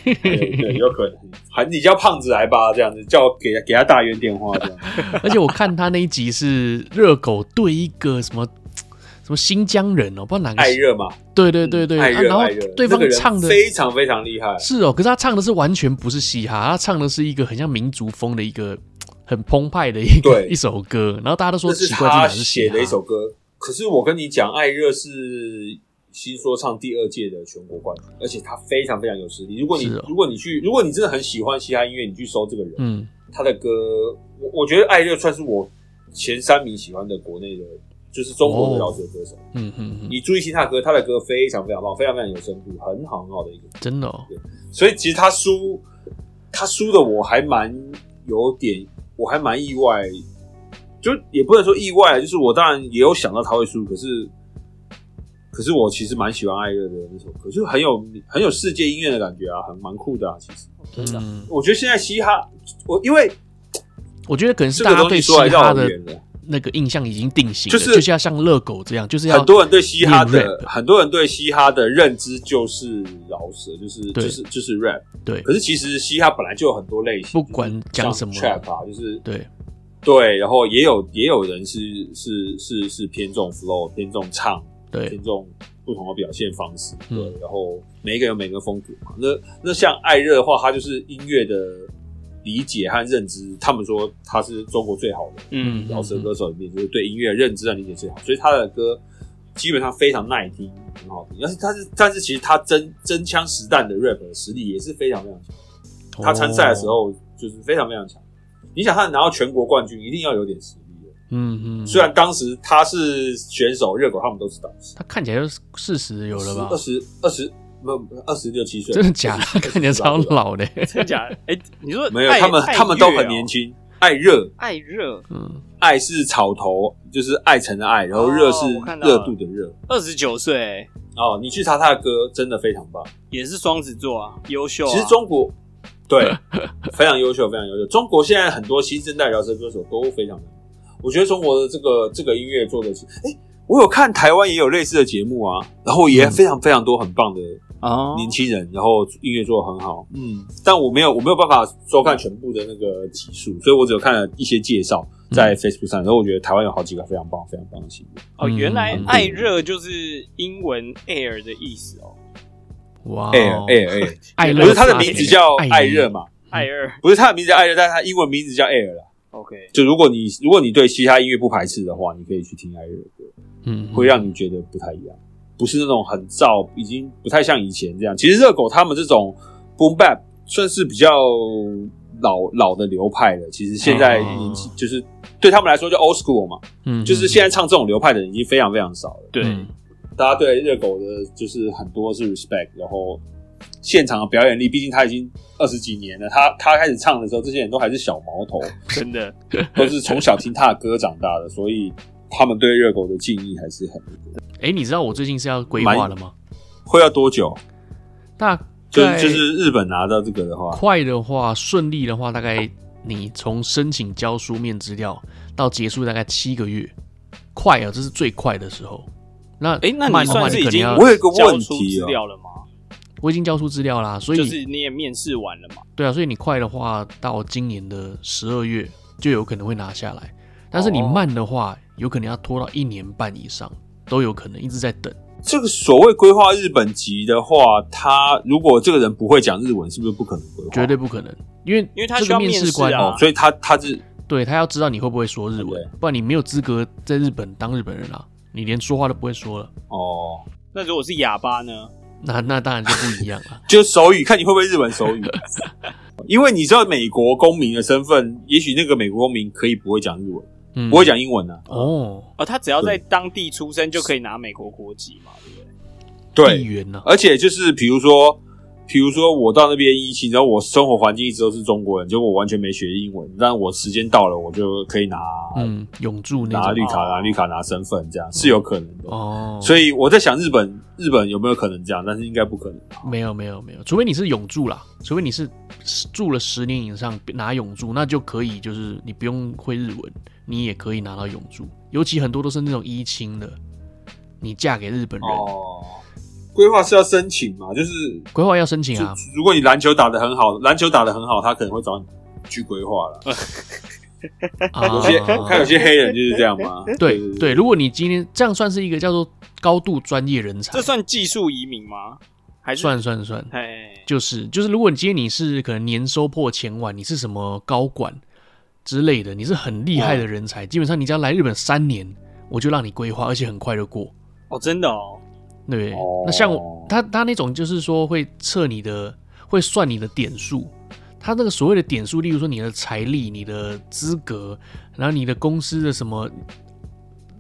Speaker 3: 对对，有可能，还你叫胖子来吧，这样子叫给给他大 冤电话这样。
Speaker 2: 而且我看他那一集是热狗对一个什么什么新疆人哦，不知道哪个
Speaker 3: 艾
Speaker 2: 是，
Speaker 3: 热嘛，
Speaker 2: 对对对对，
Speaker 3: 艾
Speaker 2: 啊
Speaker 3: 热
Speaker 2: 然后
Speaker 3: 艾热，
Speaker 2: 对
Speaker 3: 那
Speaker 2: 方
Speaker 3: 个人
Speaker 2: 唱的
Speaker 3: 非常非常厉害，
Speaker 2: 是哦，可是他唱的是完全不是嘻哈，他唱的是一个很像民族风的一个很澎湃的一个
Speaker 3: 对
Speaker 2: 一首歌，然后大家都说
Speaker 3: 这是
Speaker 2: 奇怪，这哪
Speaker 3: 他
Speaker 2: 是嘻
Speaker 3: 写
Speaker 2: 哈
Speaker 3: 的一首歌。可是我跟你讲，艾热是新说唱第二届的全国冠军，而且他非常非常有实力。如果你、
Speaker 2: 是哦
Speaker 3: 如果你去，如果你真的很喜欢嘻哈音乐，你去搜这个人，
Speaker 2: 嗯，
Speaker 3: 他的歌，我我觉得艾热算是我前三名喜欢的国内的，就是中国的饶舌歌手。
Speaker 2: 嗯嗯嗯，
Speaker 3: 你注意听他的歌，他的歌非常非常棒，非常非常有深度，很好很好的一个。
Speaker 2: 真的哦，
Speaker 3: 所以其实他输，他输的我还蛮有点，我还蛮意外，就也不能说意外，就是我当然也有想到他会输，可是，可是我其实蛮喜欢艾热的那首歌，就很有很有世界音乐的感觉啊，很蛮酷的啊。其实
Speaker 1: 真的
Speaker 2: 嗯，
Speaker 3: 我觉得现在嘻哈，我因为
Speaker 2: 我觉得可能是
Speaker 3: 这
Speaker 2: 大
Speaker 3: 个
Speaker 2: 家
Speaker 3: 东
Speaker 2: 对
Speaker 3: 西
Speaker 2: 嘻
Speaker 3: 说来
Speaker 2: 哈
Speaker 3: 绕
Speaker 2: 的
Speaker 3: 远了。
Speaker 2: 那个印象已经定型了，
Speaker 3: 就是
Speaker 2: 像像热狗这样，就是要
Speaker 3: 很多人对嘻哈
Speaker 2: 念
Speaker 3: 的
Speaker 2: rap
Speaker 3: 很多人对嘻哈的认知就是饶舌，就是
Speaker 2: 对
Speaker 3: 就是就是 rap。
Speaker 2: 对
Speaker 3: 可是其实嘻哈本来就有很多类型，
Speaker 2: 不管讲什么
Speaker 3: 就是像 trap 啊，就是
Speaker 2: 对
Speaker 3: 对，然后也有也有人是是是是偏重 flow，偏重唱，
Speaker 2: 对
Speaker 3: 偏重不同的表现方式。对，
Speaker 2: 嗯
Speaker 3: 然后每一个有每个风格嘛。那那像艾热的话，他就是音乐的理解和认知，他们说他是中国最好的
Speaker 1: 嗯
Speaker 3: 饶舌歌手里面，就是对音乐的认知和理解最好，所以他的歌基本上非常耐听，很好听。但是他是，但是其实他真真枪实弹的 rap 的实力也是非常非常强。他参赛的时，
Speaker 2: 哦
Speaker 3: 候就是非常非常强。你想他拿到全国冠军，一定要有点实力的。
Speaker 2: 嗯嗯，
Speaker 3: 虽然当时他是选手，热狗他们都知道，
Speaker 2: 他看起来就是四十有了吧
Speaker 3: 二，十二十没有二十六七岁，
Speaker 2: 真的假 的？
Speaker 3: 27
Speaker 2: 看起来超。老的，
Speaker 1: 真假的？哎，你说
Speaker 3: 没有，
Speaker 1: 爱
Speaker 3: 他们他们都
Speaker 1: 哦
Speaker 3: 很年，轻。爱热，
Speaker 1: 爱热哦，
Speaker 2: 嗯，
Speaker 3: 爱是草头，就是爱城的爱，然后
Speaker 1: 哦
Speaker 3: 热是
Speaker 1: 我看到了
Speaker 3: 热度的热。
Speaker 1: 二十九岁
Speaker 3: 哦，你去查他的歌，真的非常棒。
Speaker 1: 也是双子座啊，优秀啊。
Speaker 3: 其实中国对非常优秀，非常优秀。中国现在很多新生代饶舌歌手都非常，我觉得中国的这个这个音乐做的，哎、我有看台湾也有类似的节目啊，然后也
Speaker 2: 嗯
Speaker 3: 非常非常多很棒的
Speaker 1: 哦
Speaker 3: 年轻人，然后音乐做的很好，嗯，但我没有我没有办法收看全部的那个集数，所以我只有看了一些介绍在 Facebook 上，然后我觉得台湾有好几个非常棒非常棒的新闻，
Speaker 1: 哦，
Speaker 2: 嗯
Speaker 1: 原来
Speaker 2: 嗯
Speaker 1: 爱热就是英文 air 的意思哦，
Speaker 2: 嗯哇哦，哎
Speaker 3: 哎哎哎，
Speaker 2: 艾
Speaker 1: 不
Speaker 2: 乐
Speaker 3: 不是他的
Speaker 2: 萨
Speaker 3: 名字
Speaker 2: 耶
Speaker 3: 叫艾
Speaker 2: 艾
Speaker 3: 热嘛，
Speaker 1: 爱热。
Speaker 3: 不是他的名字叫艾热，但是他英文名字叫艾尔啦。
Speaker 1: OK，
Speaker 3: 就如果你如果你对嘻哈音乐不排斥的话，你可以去听艾热的歌，
Speaker 2: 嗯，嗯
Speaker 3: 会让你觉得不太一样，不是那种很燥，已经不太像以前这样。其实热狗他们这种 boom bap 算是比较老老的流派了，其实现在
Speaker 2: 嗯
Speaker 3: 年纪就是对他们来说就 old school 嘛，
Speaker 2: 嗯
Speaker 3: 就是现在唱这种流派的人已经非常非常少了。
Speaker 1: 对，
Speaker 2: 嗯
Speaker 3: 大家对热狗的就是很多是 respect，然后现场的表演力，毕竟他已经二十几年了，他他开始唱的时候，这些人都还是小毛头。
Speaker 1: 真 的
Speaker 3: 都是从小听他的歌长大的，所以他们对热狗的敬意还是很。
Speaker 2: 哎，你知道我最近是要规划了吗？
Speaker 3: 会要多久？
Speaker 2: 大
Speaker 3: 就
Speaker 2: 概
Speaker 3: 就是日本拿到这个的话，
Speaker 2: 快的话，顺利的话，大概你从申请交书面资料到结束大概七个月，快啊，这是最快的时候。那
Speaker 1: 哎，那
Speaker 2: 慢
Speaker 1: 你
Speaker 2: 的话
Speaker 1: 算
Speaker 2: 你
Speaker 1: 是已
Speaker 2: 可能
Speaker 1: 经
Speaker 2: 要
Speaker 3: 我有一个
Speaker 1: 交
Speaker 3: 问
Speaker 1: 出
Speaker 3: 题
Speaker 1: 资
Speaker 3: 哦
Speaker 1: 料了吗？
Speaker 2: 我已经交出资料啦，所以、
Speaker 1: 就是你也面试完了嘛？
Speaker 2: 对啊，所以你快的话，到今年的十二月就有可能会拿下来，但是你
Speaker 1: 哦
Speaker 2: 慢的话，有可能要拖到一年半以上都有可能，一直在等。
Speaker 3: 这个所谓规划日本籍的话，他如果这个人不会讲日文，是不是不可能规划？
Speaker 2: 绝对不可能，因为因
Speaker 1: 哦因为他
Speaker 2: 这
Speaker 1: 需
Speaker 2: 个
Speaker 1: 要
Speaker 2: 面
Speaker 1: 面
Speaker 2: 试
Speaker 1: 试
Speaker 2: 官
Speaker 1: 啊
Speaker 3: 哦，所以他他是
Speaker 2: 对他要知道你会不会说日文
Speaker 3: 对，
Speaker 2: 不然你没有资格在日本当日本人啊，你连说话都不会说了，
Speaker 3: 哦，。
Speaker 1: 那如果是哑巴呢？
Speaker 2: 那那当然就不一样了
Speaker 3: 就手语，看你会不会日文手 语。因为你知道美国公民的身份，也许那个美国公民可以不会讲日文，
Speaker 2: 嗯，
Speaker 3: 不会讲英文呢、啊。
Speaker 2: 哦，
Speaker 1: 哦，他只要在当地出生就可以拿美国国籍嘛，对不对？
Speaker 2: 地缘啊呢？
Speaker 3: 而且就是比如说，比如说我到那边一期，然后我生活环境一直都是中国人，结果我完全没学英文，但我时间到了，我就可以拿、
Speaker 2: 嗯，永驻那
Speaker 3: 拿
Speaker 2: 种
Speaker 3: 绿卡、
Speaker 1: 哦
Speaker 3: 拿绿卡、拿身份，这样是有可能的。
Speaker 2: 哦，
Speaker 3: 所以我在想，日本日本有没有可能这样？但是应该不可能。
Speaker 2: 没有没有没有，除非你是永驻啦，除非你是住了十年以上拿永驻，那就可以，就是你不用会日文，你也可以拿到永驻。尤其很多都是那种一亲的，你嫁给日本人，
Speaker 3: 哦，规划是要申请嘛？就是
Speaker 2: 规划要申请 啊，
Speaker 3: 如果你篮球打得很好，篮球打得很好，他可能会找你去规划了。有些
Speaker 2: 啊
Speaker 3: 看有些黑人就是这 样嘛。
Speaker 2: 对对，如果你今天这样算是一个叫做高度专业人才
Speaker 1: 这，算技术移民吗？还是
Speaker 2: 算算算，
Speaker 1: 哎，
Speaker 2: 就是就是，如果你今天你是可能年收破千万，你是什么高管之类的，你是很厉
Speaker 3: 嗯
Speaker 2: 害的人才，基本上你只要来日本三年，我就让你规划，而且很快就过。
Speaker 1: 哦，真的哦，
Speaker 2: 对，
Speaker 3: 哦
Speaker 2: 那像我他他那种就是说会测你的，会算你的点数。他那个所谓的点数，例如说你的财力、你的资格，然后你的公司的什么，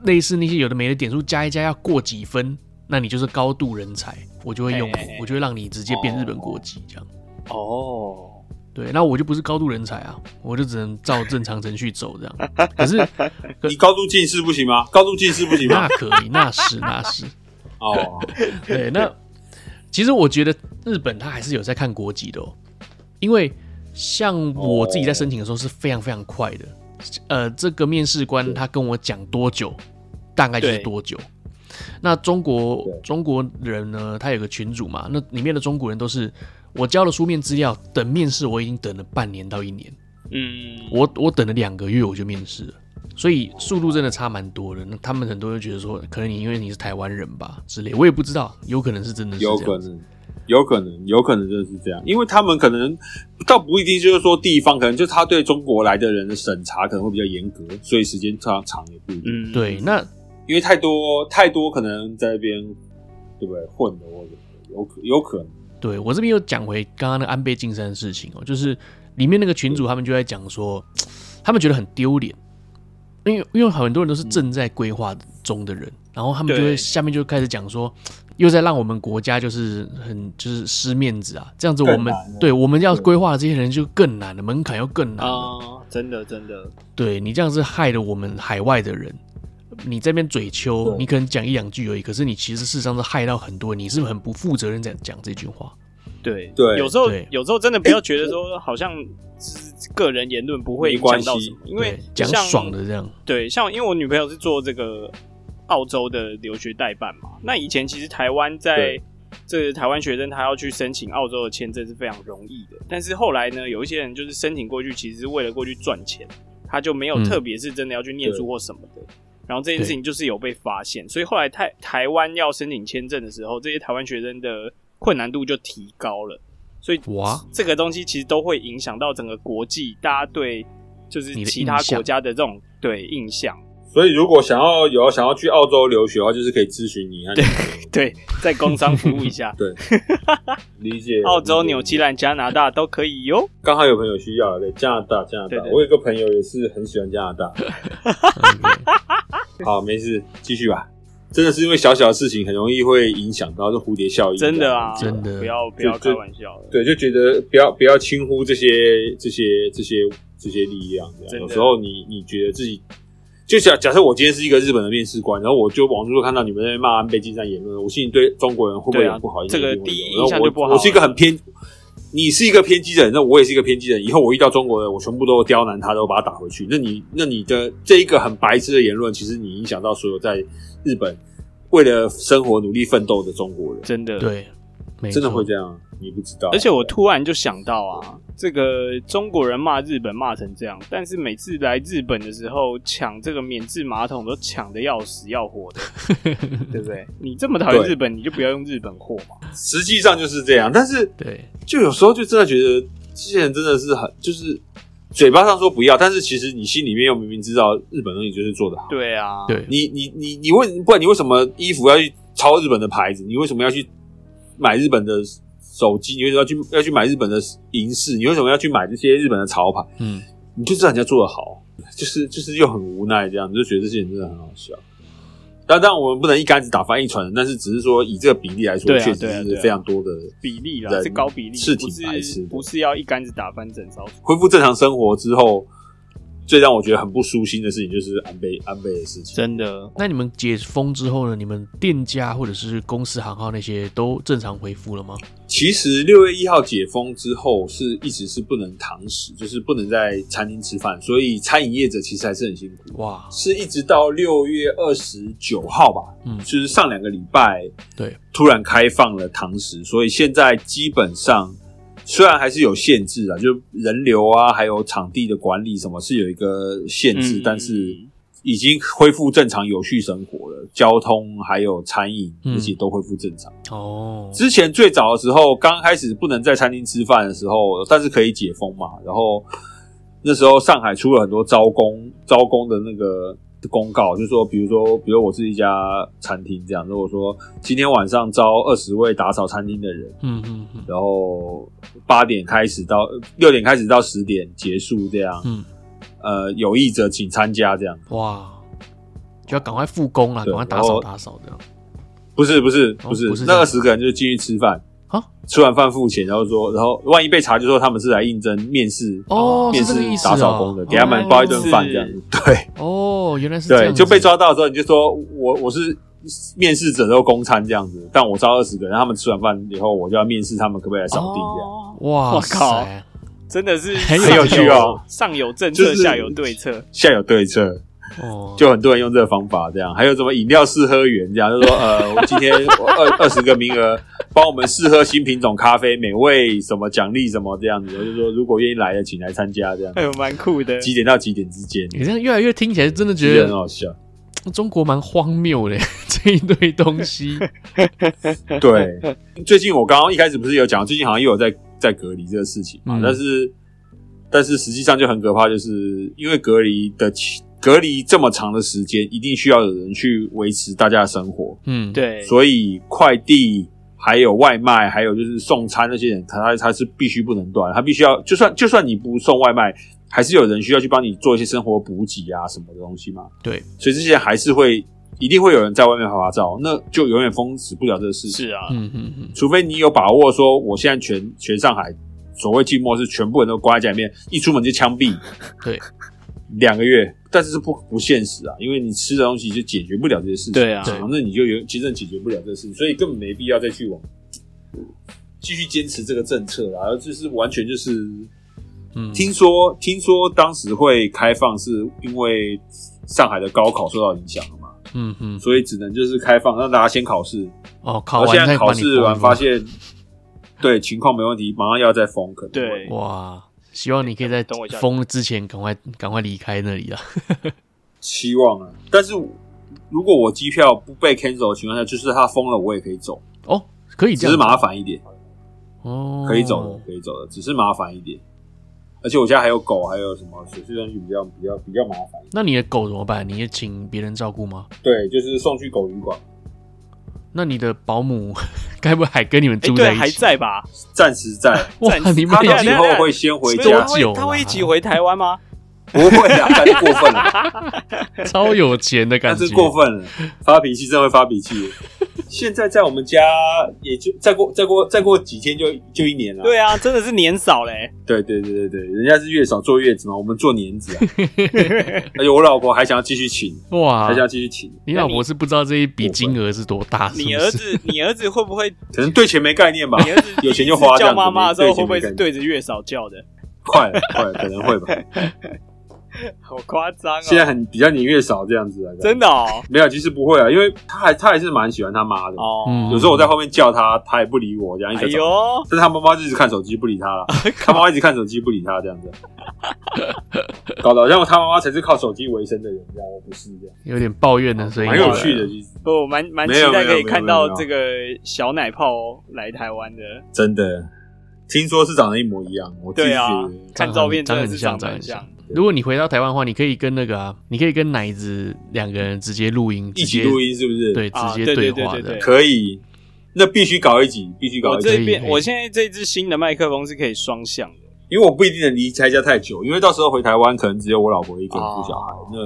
Speaker 2: 类似那些有的没的点数加一加要过几分，那你就是高度人才，我就会用，
Speaker 1: 哎哎哎
Speaker 2: 我就会让你直接变
Speaker 3: 哦
Speaker 2: 日本国籍这样。
Speaker 1: 哦，
Speaker 2: 对，那我就不是高度人才啊，我就只能照正常程序走这样。可 是
Speaker 3: 你高度近视不行吗？高度近视不 行吗
Speaker 2: 那？可以，那是那是，
Speaker 3: 哦，
Speaker 2: 对，那其实我觉得日本他还是有在看国籍的哦，因为像我自己在申请的时候是非常非常快的，呃，这个面试官他跟我讲多久，大概就是
Speaker 1: 对
Speaker 2: 多久。那中国
Speaker 3: 对
Speaker 2: 中国人呢，他有个群组嘛，那里面的中国人都是我交了书面资料，等面试我已经等了半年到一年。
Speaker 1: 嗯，
Speaker 2: 我我等了两个月我就面试了，所以速度真的差蛮多的。那他们很多人觉得说，可能你因为你是台湾人吧之类，我也不知道，有可能是真的是
Speaker 3: 有
Speaker 2: 这
Speaker 3: 可
Speaker 2: 样子。
Speaker 3: 能，有可能，有可能真的是这样，因为他们可能倒不一定就是说地方，可能就是他对中国来的人的审查可能会比较严格，所以时间长长也不一定，
Speaker 1: 嗯，
Speaker 2: 对，那
Speaker 3: 因为太多太多可能在那边对不对混的或者有可有可能。
Speaker 2: 对我这边又讲回刚刚那个安倍晋三的事情哦，就是里面那个群主他们就在讲说，他们觉得很丢脸，因为因为很多人都
Speaker 3: 嗯
Speaker 2: 是正在规划中的人，然后他们就会
Speaker 1: 对
Speaker 2: 下面就开始讲说，又在让我们国家就是很就是失面子啊，这样子我
Speaker 3: 更
Speaker 2: 们
Speaker 3: 难了
Speaker 2: 对我们要
Speaker 3: 对
Speaker 2: 规划的这些人就更难了，门槛又更难了。
Speaker 1: 啊，真的真的，
Speaker 2: 对你这样是害了我们海外的人。你这边嘴秋，
Speaker 3: 对
Speaker 2: 你可能讲一两句而已，可是你其实事实上是害到很多人，你是很不负责任在讲这句话。
Speaker 1: 对
Speaker 3: 对哎
Speaker 1: 有时候
Speaker 2: 对
Speaker 1: 有时候真的不要觉得说好像是个人言论不会
Speaker 3: 没
Speaker 1: 影响
Speaker 3: 关
Speaker 1: 到
Speaker 3: 系
Speaker 1: 什么，因为
Speaker 2: 对讲
Speaker 1: 像
Speaker 2: 爽的这样，
Speaker 1: 对，像因为我女朋友是做这个澳洲的留学代办嘛，那以前其实台湾在
Speaker 3: 对
Speaker 1: 这个台湾学生他要去申请澳洲的签证是非常容易的，但是后来呢，有一些人就是申请过去，其实是为了过去赚钱，他就没有
Speaker 2: 嗯
Speaker 1: 特别是真的要去念书
Speaker 3: 对
Speaker 1: 或什么的。然后这件事情就是有被发现，所以后来台台湾要申请签证的时候，这些台湾学生的困难度就提高了。所以
Speaker 2: 哇，
Speaker 1: 这个东西其实都会影响到整个国际大家对就是
Speaker 2: 你的
Speaker 1: 其他
Speaker 2: 印象
Speaker 1: 国家的这种对印象。
Speaker 3: 所以如果想要有想要去澳洲留学的话，就是可以咨询你和你，
Speaker 1: 对，在工商服务一下
Speaker 3: 理解
Speaker 1: 澳洲、纽
Speaker 3: 西。
Speaker 1: 西兰、加拿大都可以哟。
Speaker 3: 刚好有朋友需要，对加拿大，加拿大，
Speaker 1: 对对
Speaker 3: 我有一个朋友也是很喜欢加拿大。 好，没事，继续吧。真的是因为小小的事情很容易会影响到这蝴蝶效应，
Speaker 1: 真的啊，
Speaker 2: 真的
Speaker 1: 不要不要
Speaker 3: 就
Speaker 1: 开玩笑了。
Speaker 3: 对，就觉得不要不要轻忽这些这些这些这些力量。这
Speaker 1: 真
Speaker 3: 样
Speaker 1: 的
Speaker 3: 有时候你你觉得自己，就假假设我今天是一个日本的面试官，然后我就网络看到你们在骂安倍晋三言论，我心里对中国人会不会
Speaker 1: 对啊
Speaker 3: 有不好印
Speaker 1: 这
Speaker 3: 象？
Speaker 1: 个
Speaker 3: 一定会有
Speaker 1: 第一
Speaker 3: 然后
Speaker 1: 印象
Speaker 3: 我
Speaker 1: 就不好啊
Speaker 3: 我是一个很偏，你是一个偏激的人，那我也是一个偏激的人。以后我遇到中国人，我全部都刁难他，都把他打回去。那你那你的这一个很白痴的言论，其实你影响到所有在日本为了生活努力奋斗的中国人，
Speaker 1: 真的。，
Speaker 2: 对，没错
Speaker 3: 真的会这样，你不知道。
Speaker 1: 而且我突然就想到啊，这个中国人骂日本骂成这样，但是每次来日本的时候抢这个免治马桶都抢的要死要活的，对不 对？你这么讨厌
Speaker 3: 对
Speaker 1: 日本，你就不要用日本货嘛。
Speaker 3: 实际上就是这样，但是
Speaker 2: 对，
Speaker 3: 就有时候就真的觉得这些人真的是很，就是嘴巴上说不要，但是其实你心里面又明明知道日本东西就是做的好。
Speaker 1: 对啊，
Speaker 2: 对
Speaker 3: 你你你你问，不然你为什么衣服要去抄日本的牌子？你为什么要去买日本的手机？你为什么要去要去买日本的银饰？你为什么要去买这些日本的潮牌？
Speaker 2: 嗯，
Speaker 3: 你就知道人家做的好，就是就是又很无奈这样，你就觉得这些人真的很好笑。但当然我们不能一竿子打翻一船人，但是只是说以这个比例来说，
Speaker 1: 对啊
Speaker 3: 确、
Speaker 1: 对啊
Speaker 3: 实
Speaker 1: 对
Speaker 3: 是
Speaker 1: 啊
Speaker 3: 非常多的
Speaker 1: 比例啦，
Speaker 3: 人
Speaker 1: 是高比例，
Speaker 3: 是
Speaker 1: 不
Speaker 3: 挺白痴
Speaker 1: 是
Speaker 3: 的
Speaker 1: 不是要一竿子打翻整艘船。
Speaker 3: 恢复正常生活之后，最让我觉得很不舒心的事情就是安倍安倍的事情。
Speaker 1: 真的，
Speaker 2: 那你们解封之后呢？你们店家或者是公司行号那些都正常恢复了吗？
Speaker 3: 其实六月一号解封之后，是一直是不能堂食，就是不能在餐厅吃饭，所以餐饮业者其实还是很辛苦。
Speaker 2: 哇，
Speaker 3: 是一直到六月二十九号吧，
Speaker 2: 嗯
Speaker 3: 就是上两个礼拜，
Speaker 2: 对，
Speaker 3: 突然开放了堂食，所以现在基本上虽然还是有限制啊，就人流啊，还有场地的管理什么是有一个限制，
Speaker 1: 嗯
Speaker 3: 但是已经恢复正常有序生活了，交通还有餐饮
Speaker 2: 嗯
Speaker 3: 这些都恢复正常。
Speaker 2: 哦，
Speaker 3: 之前最早的时候，刚开始不能在餐厅吃饭的时候，但是可以解封嘛。然后那时候上海出了很多招工招工的那个公告，就说，比如说，比如我是一家餐厅这样，如果说今天晚上招二十位打扫餐厅的人，
Speaker 2: 嗯嗯嗯
Speaker 3: 然后八点开始到六点开始到十点结束这样，
Speaker 2: 嗯，
Speaker 3: 呃，有意者请参加这样。
Speaker 2: 哇，就要赶快复工啦，
Speaker 3: 对
Speaker 2: 赶快打
Speaker 3: 然
Speaker 2: 扫
Speaker 3: 后
Speaker 2: 打扫这样。
Speaker 3: 不是不是
Speaker 2: 哦
Speaker 3: 不是，
Speaker 2: 不是这
Speaker 3: 那
Speaker 2: 样
Speaker 3: 二十个人就进去吃饭
Speaker 2: 啊，
Speaker 3: 吃完饭付钱，然后说，然后万一被查，就说他们是来应征面试
Speaker 2: 哦，
Speaker 3: 面
Speaker 2: 是这
Speaker 3: 试
Speaker 2: 个意思
Speaker 3: 打扫
Speaker 2: 哦
Speaker 3: 工的，。给他们包一顿饭这样子。对
Speaker 2: 哦，原来是这样
Speaker 3: 对，
Speaker 2: 子
Speaker 3: 就被抓到的时候，你就说我我是面试者，然后公餐这样子，但我招二十个人，他们吃完饭以后，我就要面试他们可不可以来扫地这样。
Speaker 1: 哦，
Speaker 2: 哇
Speaker 1: 我靠
Speaker 2: 塞，
Speaker 1: 真的是
Speaker 2: 很
Speaker 3: 有趣哦，
Speaker 1: 上有政策，
Speaker 3: 就是
Speaker 1: 下有对策，
Speaker 3: 现在有对策，
Speaker 2: 哦，
Speaker 3: 就很多人用这个方法，这样还有什么饮料试喝员，这样就说 呃，我今天我二二十个名额，帮我们试喝新品种咖啡，美味什么奖励什么这样子，我就说如果愿意来的，请来参加这样
Speaker 1: 哎，呦，蛮酷的。
Speaker 3: 几点到几点之间，
Speaker 2: 你这样越来越听起来真的
Speaker 3: 其
Speaker 2: 觉
Speaker 3: 实很
Speaker 2: 得
Speaker 3: 好笑。
Speaker 2: 中国蛮荒谬的 这一堆东 西。
Speaker 3: 对，嗯最近我刚刚一开始不是有讲，最近好像又有在在隔离这个事情嘛，
Speaker 2: 嗯
Speaker 3: 但是但是实际上就很可怕，就是因为隔离的期隔离这么长的时间，一定需要有人去维持大家的生活，
Speaker 2: 嗯，，
Speaker 1: 对，
Speaker 3: 所以快递还有外卖，还有就是送餐那些人，他他他是必须不能断，他必须要就算就算你不送外卖，还是有人需要去帮你做一些生活补给啊什么的东西嘛。
Speaker 2: 对，
Speaker 3: 所以这些人还是会一定会有人在外面拍拍照，那就永远封死不了这个事情，
Speaker 1: 是啊，
Speaker 2: 嗯嗯嗯，
Speaker 3: 除非你有把握说我现在全全上海所谓静默是全部人都关在家里面，一出门就枪毙，
Speaker 2: 对，
Speaker 3: 两个月，但是是不不现实啊，因为你吃的东西就解决不了这些事情。
Speaker 1: 对啊
Speaker 2: 对
Speaker 3: 那你就有其实解决不了这个事情，所以根本没必要再去往继续坚持这个政策啦，然后就是完全就是，
Speaker 2: 嗯
Speaker 3: 听说听说当时会开放是因为上海的高考受到影响了嘛，
Speaker 2: 嗯嗯，
Speaker 3: 所以只能就是开放让大家先考试，
Speaker 2: 哦，考
Speaker 3: 然
Speaker 2: 完
Speaker 3: 后现在
Speaker 2: 再把
Speaker 3: 考
Speaker 2: 你
Speaker 3: 试完
Speaker 2: 封
Speaker 3: 发现。对，情况没问题，马上要再封，可能
Speaker 1: 对
Speaker 3: 会
Speaker 2: 哇，希望你可以
Speaker 3: 哎
Speaker 2: 在
Speaker 1: 等我一下
Speaker 2: 封之前赶快赶快离开那里啊啦。
Speaker 3: 期望啊。但是如果我机票不被 cancel 的情况下，就是他封了，我也可以走，
Speaker 2: 哦，可以这
Speaker 3: 只
Speaker 2: 样子，
Speaker 3: 是麻烦一点。
Speaker 2: 哦，
Speaker 3: 可以走的，可以走的，只是麻烦一点。而且我家还有狗，还有什么手续东西比较比较比较麻烦。
Speaker 2: 那你的狗怎么办？你也请别人照顾吗？
Speaker 3: 对，就是送去狗旅馆，
Speaker 2: 那你的保姆 该不会还跟你们
Speaker 1: 哎，
Speaker 2: 住
Speaker 1: 对，
Speaker 2: 一
Speaker 1: 还
Speaker 2: 起？
Speaker 1: 在吧？
Speaker 3: 暂时在。
Speaker 2: 哇，
Speaker 1: 暂时
Speaker 2: 你
Speaker 1: 他
Speaker 2: 们
Speaker 3: 他
Speaker 2: 已
Speaker 1: 对啊
Speaker 3: 以
Speaker 2: 经
Speaker 1: 对啊
Speaker 3: 后会先回
Speaker 1: 所以
Speaker 3: 家
Speaker 1: 他，
Speaker 2: 多久
Speaker 1: 会
Speaker 2: 了
Speaker 1: 他会一起回台湾 吗？
Speaker 3: 不会啊，感觉过分了，
Speaker 2: 超有钱的
Speaker 3: 那
Speaker 2: 感觉
Speaker 3: 真，过分了，发脾气真的会发脾 气。现在在我们家，也就再过再过再过几天就就一年了。
Speaker 1: 对啊，真的是年少嘞。
Speaker 3: 对对对对对，人家是月嫂坐月子嘛，我们做 年子啊。而且我老婆还想要继续请，
Speaker 1: 啊
Speaker 2: 哇
Speaker 3: 还！想要继续请，
Speaker 2: 你老婆是不知道这一笔金额是多大，是
Speaker 1: 你
Speaker 2: 不
Speaker 1: 儿
Speaker 2: 是？
Speaker 1: 子，你儿子会不会？
Speaker 3: 可能对钱没概念吧。
Speaker 1: 你儿子
Speaker 3: 有钱就花这
Speaker 1: 叫
Speaker 3: 样子
Speaker 1: 妈妈的时候，
Speaker 3: 对
Speaker 1: 会
Speaker 3: 钱
Speaker 1: 不会
Speaker 3: 没概
Speaker 1: 是
Speaker 3: 念
Speaker 1: 对着月嫂叫的？
Speaker 3: 快了快了，可能 会吧。
Speaker 1: 好夸张
Speaker 3: 现在
Speaker 1: 哦！
Speaker 3: 很比较年月少这样子啊，
Speaker 1: 真的哦，
Speaker 3: 没有，其实不会啊，因为他还他还是蛮喜欢他妈的。
Speaker 1: 哦
Speaker 2: 嗯，
Speaker 3: 有时候我在后面叫他，他也不理我，这样一
Speaker 1: 哎
Speaker 3: 直走。
Speaker 1: 呦，
Speaker 3: 但是他妈妈就一直看手机，不理他了。他妈妈一直看手机，不理他，这样子， 搞得好像他妈妈才是靠手机为生的人，这样我不是这样，
Speaker 2: 有点抱怨的声音，
Speaker 3: 蛮有趣的，。其实
Speaker 1: 我蛮蛮期
Speaker 3: 没有
Speaker 1: 待
Speaker 3: 没有
Speaker 1: 可以
Speaker 3: 没有
Speaker 1: 看
Speaker 3: 没
Speaker 1: 到
Speaker 3: 有
Speaker 1: 这个小奶泡来台湾的。
Speaker 3: 真的，听说是长得一模一样，我自己
Speaker 1: 对
Speaker 3: 觉
Speaker 1: 啊
Speaker 3: 得，
Speaker 1: 看照片真
Speaker 2: 长
Speaker 1: 的
Speaker 2: 很
Speaker 1: 是
Speaker 2: 像，
Speaker 1: 长得
Speaker 2: 很
Speaker 1: 很像
Speaker 2: 像。如果你回到台湾的话，你可以跟那个啊，你可以跟奶子两个人直接录音，
Speaker 3: 一
Speaker 2: 直接
Speaker 3: 起录音是不是？，
Speaker 2: 对，直
Speaker 1: 啊
Speaker 2: 接
Speaker 1: 对对对
Speaker 2: 话
Speaker 1: 对对
Speaker 2: 的。
Speaker 3: 可以，那必须搞一集，必须搞
Speaker 1: 我
Speaker 3: 一集。
Speaker 1: 这边
Speaker 2: 可以
Speaker 1: 我现在这支新的麦克风是可以双向的，
Speaker 3: 因为我不一定能离开家太久，因为到时候回台湾可能只有我老婆一个人顾小孩。那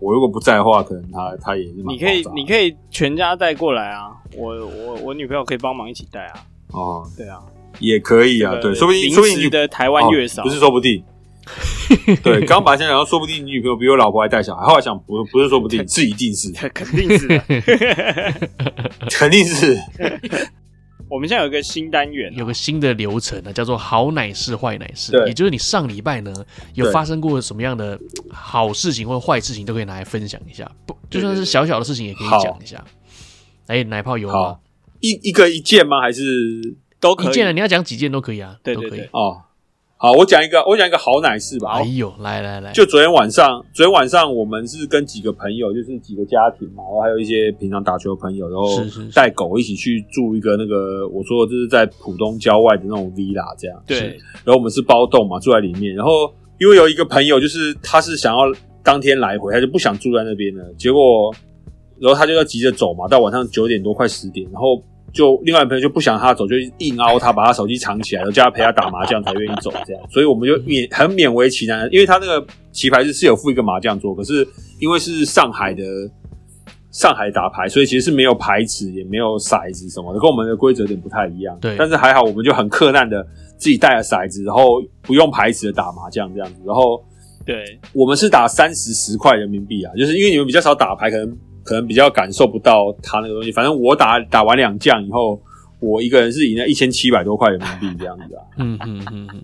Speaker 3: 我如果不在的话，可能她她也是蛮
Speaker 1: 啊你可以
Speaker 3: 爆炸
Speaker 1: 你可以全家带过来啊，我我我女朋友可以帮忙一起带啊，
Speaker 3: 哦，
Speaker 1: 对啊，
Speaker 3: 也可以啊，
Speaker 1: 这个
Speaker 3: 对，说不定
Speaker 1: 临
Speaker 3: 说不定
Speaker 1: 时
Speaker 3: 你
Speaker 1: 的台湾月嫂
Speaker 3: 哦不是说不 定。对，刚本来想想，说不定你女朋友比我老婆还带小孩，后来想不不是说不定，是一定是，
Speaker 1: 肯定是的。
Speaker 3: 肯定是。
Speaker 1: 我们现在有一个新单元啊，
Speaker 2: 有个新的流程啊呢，叫做好奶事坏奶事，
Speaker 3: 对
Speaker 2: 也就是你上礼拜呢有
Speaker 3: 对
Speaker 2: 发生过什么样的好事情或坏事情，都可以拿来分享一下，不就
Speaker 3: 对
Speaker 2: 算是
Speaker 3: 对
Speaker 2: 小小的事情也可以
Speaker 3: 好
Speaker 2: 讲一下。哎，奶泡有吗
Speaker 3: 好？一一个一件吗？还是
Speaker 1: 都可
Speaker 2: 一件啊，
Speaker 1: 以。
Speaker 2: 你要讲几件都可以啊，
Speaker 1: 对
Speaker 2: 都
Speaker 1: 对
Speaker 2: 可以
Speaker 1: 对。
Speaker 3: 哦，好，我讲一个，我讲一个好奶事吧。
Speaker 2: 哎呦，来来来，
Speaker 3: 就昨天晚上，昨天晚上我们是跟几个朋友，就是几个家庭嘛，然后还有一些平常打球的朋友，然后
Speaker 2: 是是是
Speaker 3: 带狗一起去住一个那个我说的就是在浦东郊外的那种 villa 这样。
Speaker 1: 对，
Speaker 3: 然后我们是包栋嘛，住在里面。然后因为有一个朋友，就是他是想要当天来回，他就不想住在那边了。结果，然后他就要急着走嘛，到晚上九点多快十点，然后就另外一个朋友就不想他走，就硬凹他，把他手机藏起来，然后叫他陪他打麻将才愿意走这样。所以我们就勉很勉为其难，因为他那个棋牌室是有附一个麻将桌，可是因为是上海的。上海打牌，所以其实是没有牌池，也没有骰子什么的，跟我们的规则有点不太一样。
Speaker 2: 对
Speaker 3: 但是还好，我们就很克难的自己带了骰子，然后不用牌池的打麻将这样子。然后
Speaker 1: 对，
Speaker 3: 我们是打三十十块人民币啊，就是因为你们比较少打牌，可能可能比较感受不到他那个东西。反正我打打完两将以后，我一个人是赢了一千七百多块人民币这样子啊。
Speaker 2: 嗯嗯嗯嗯，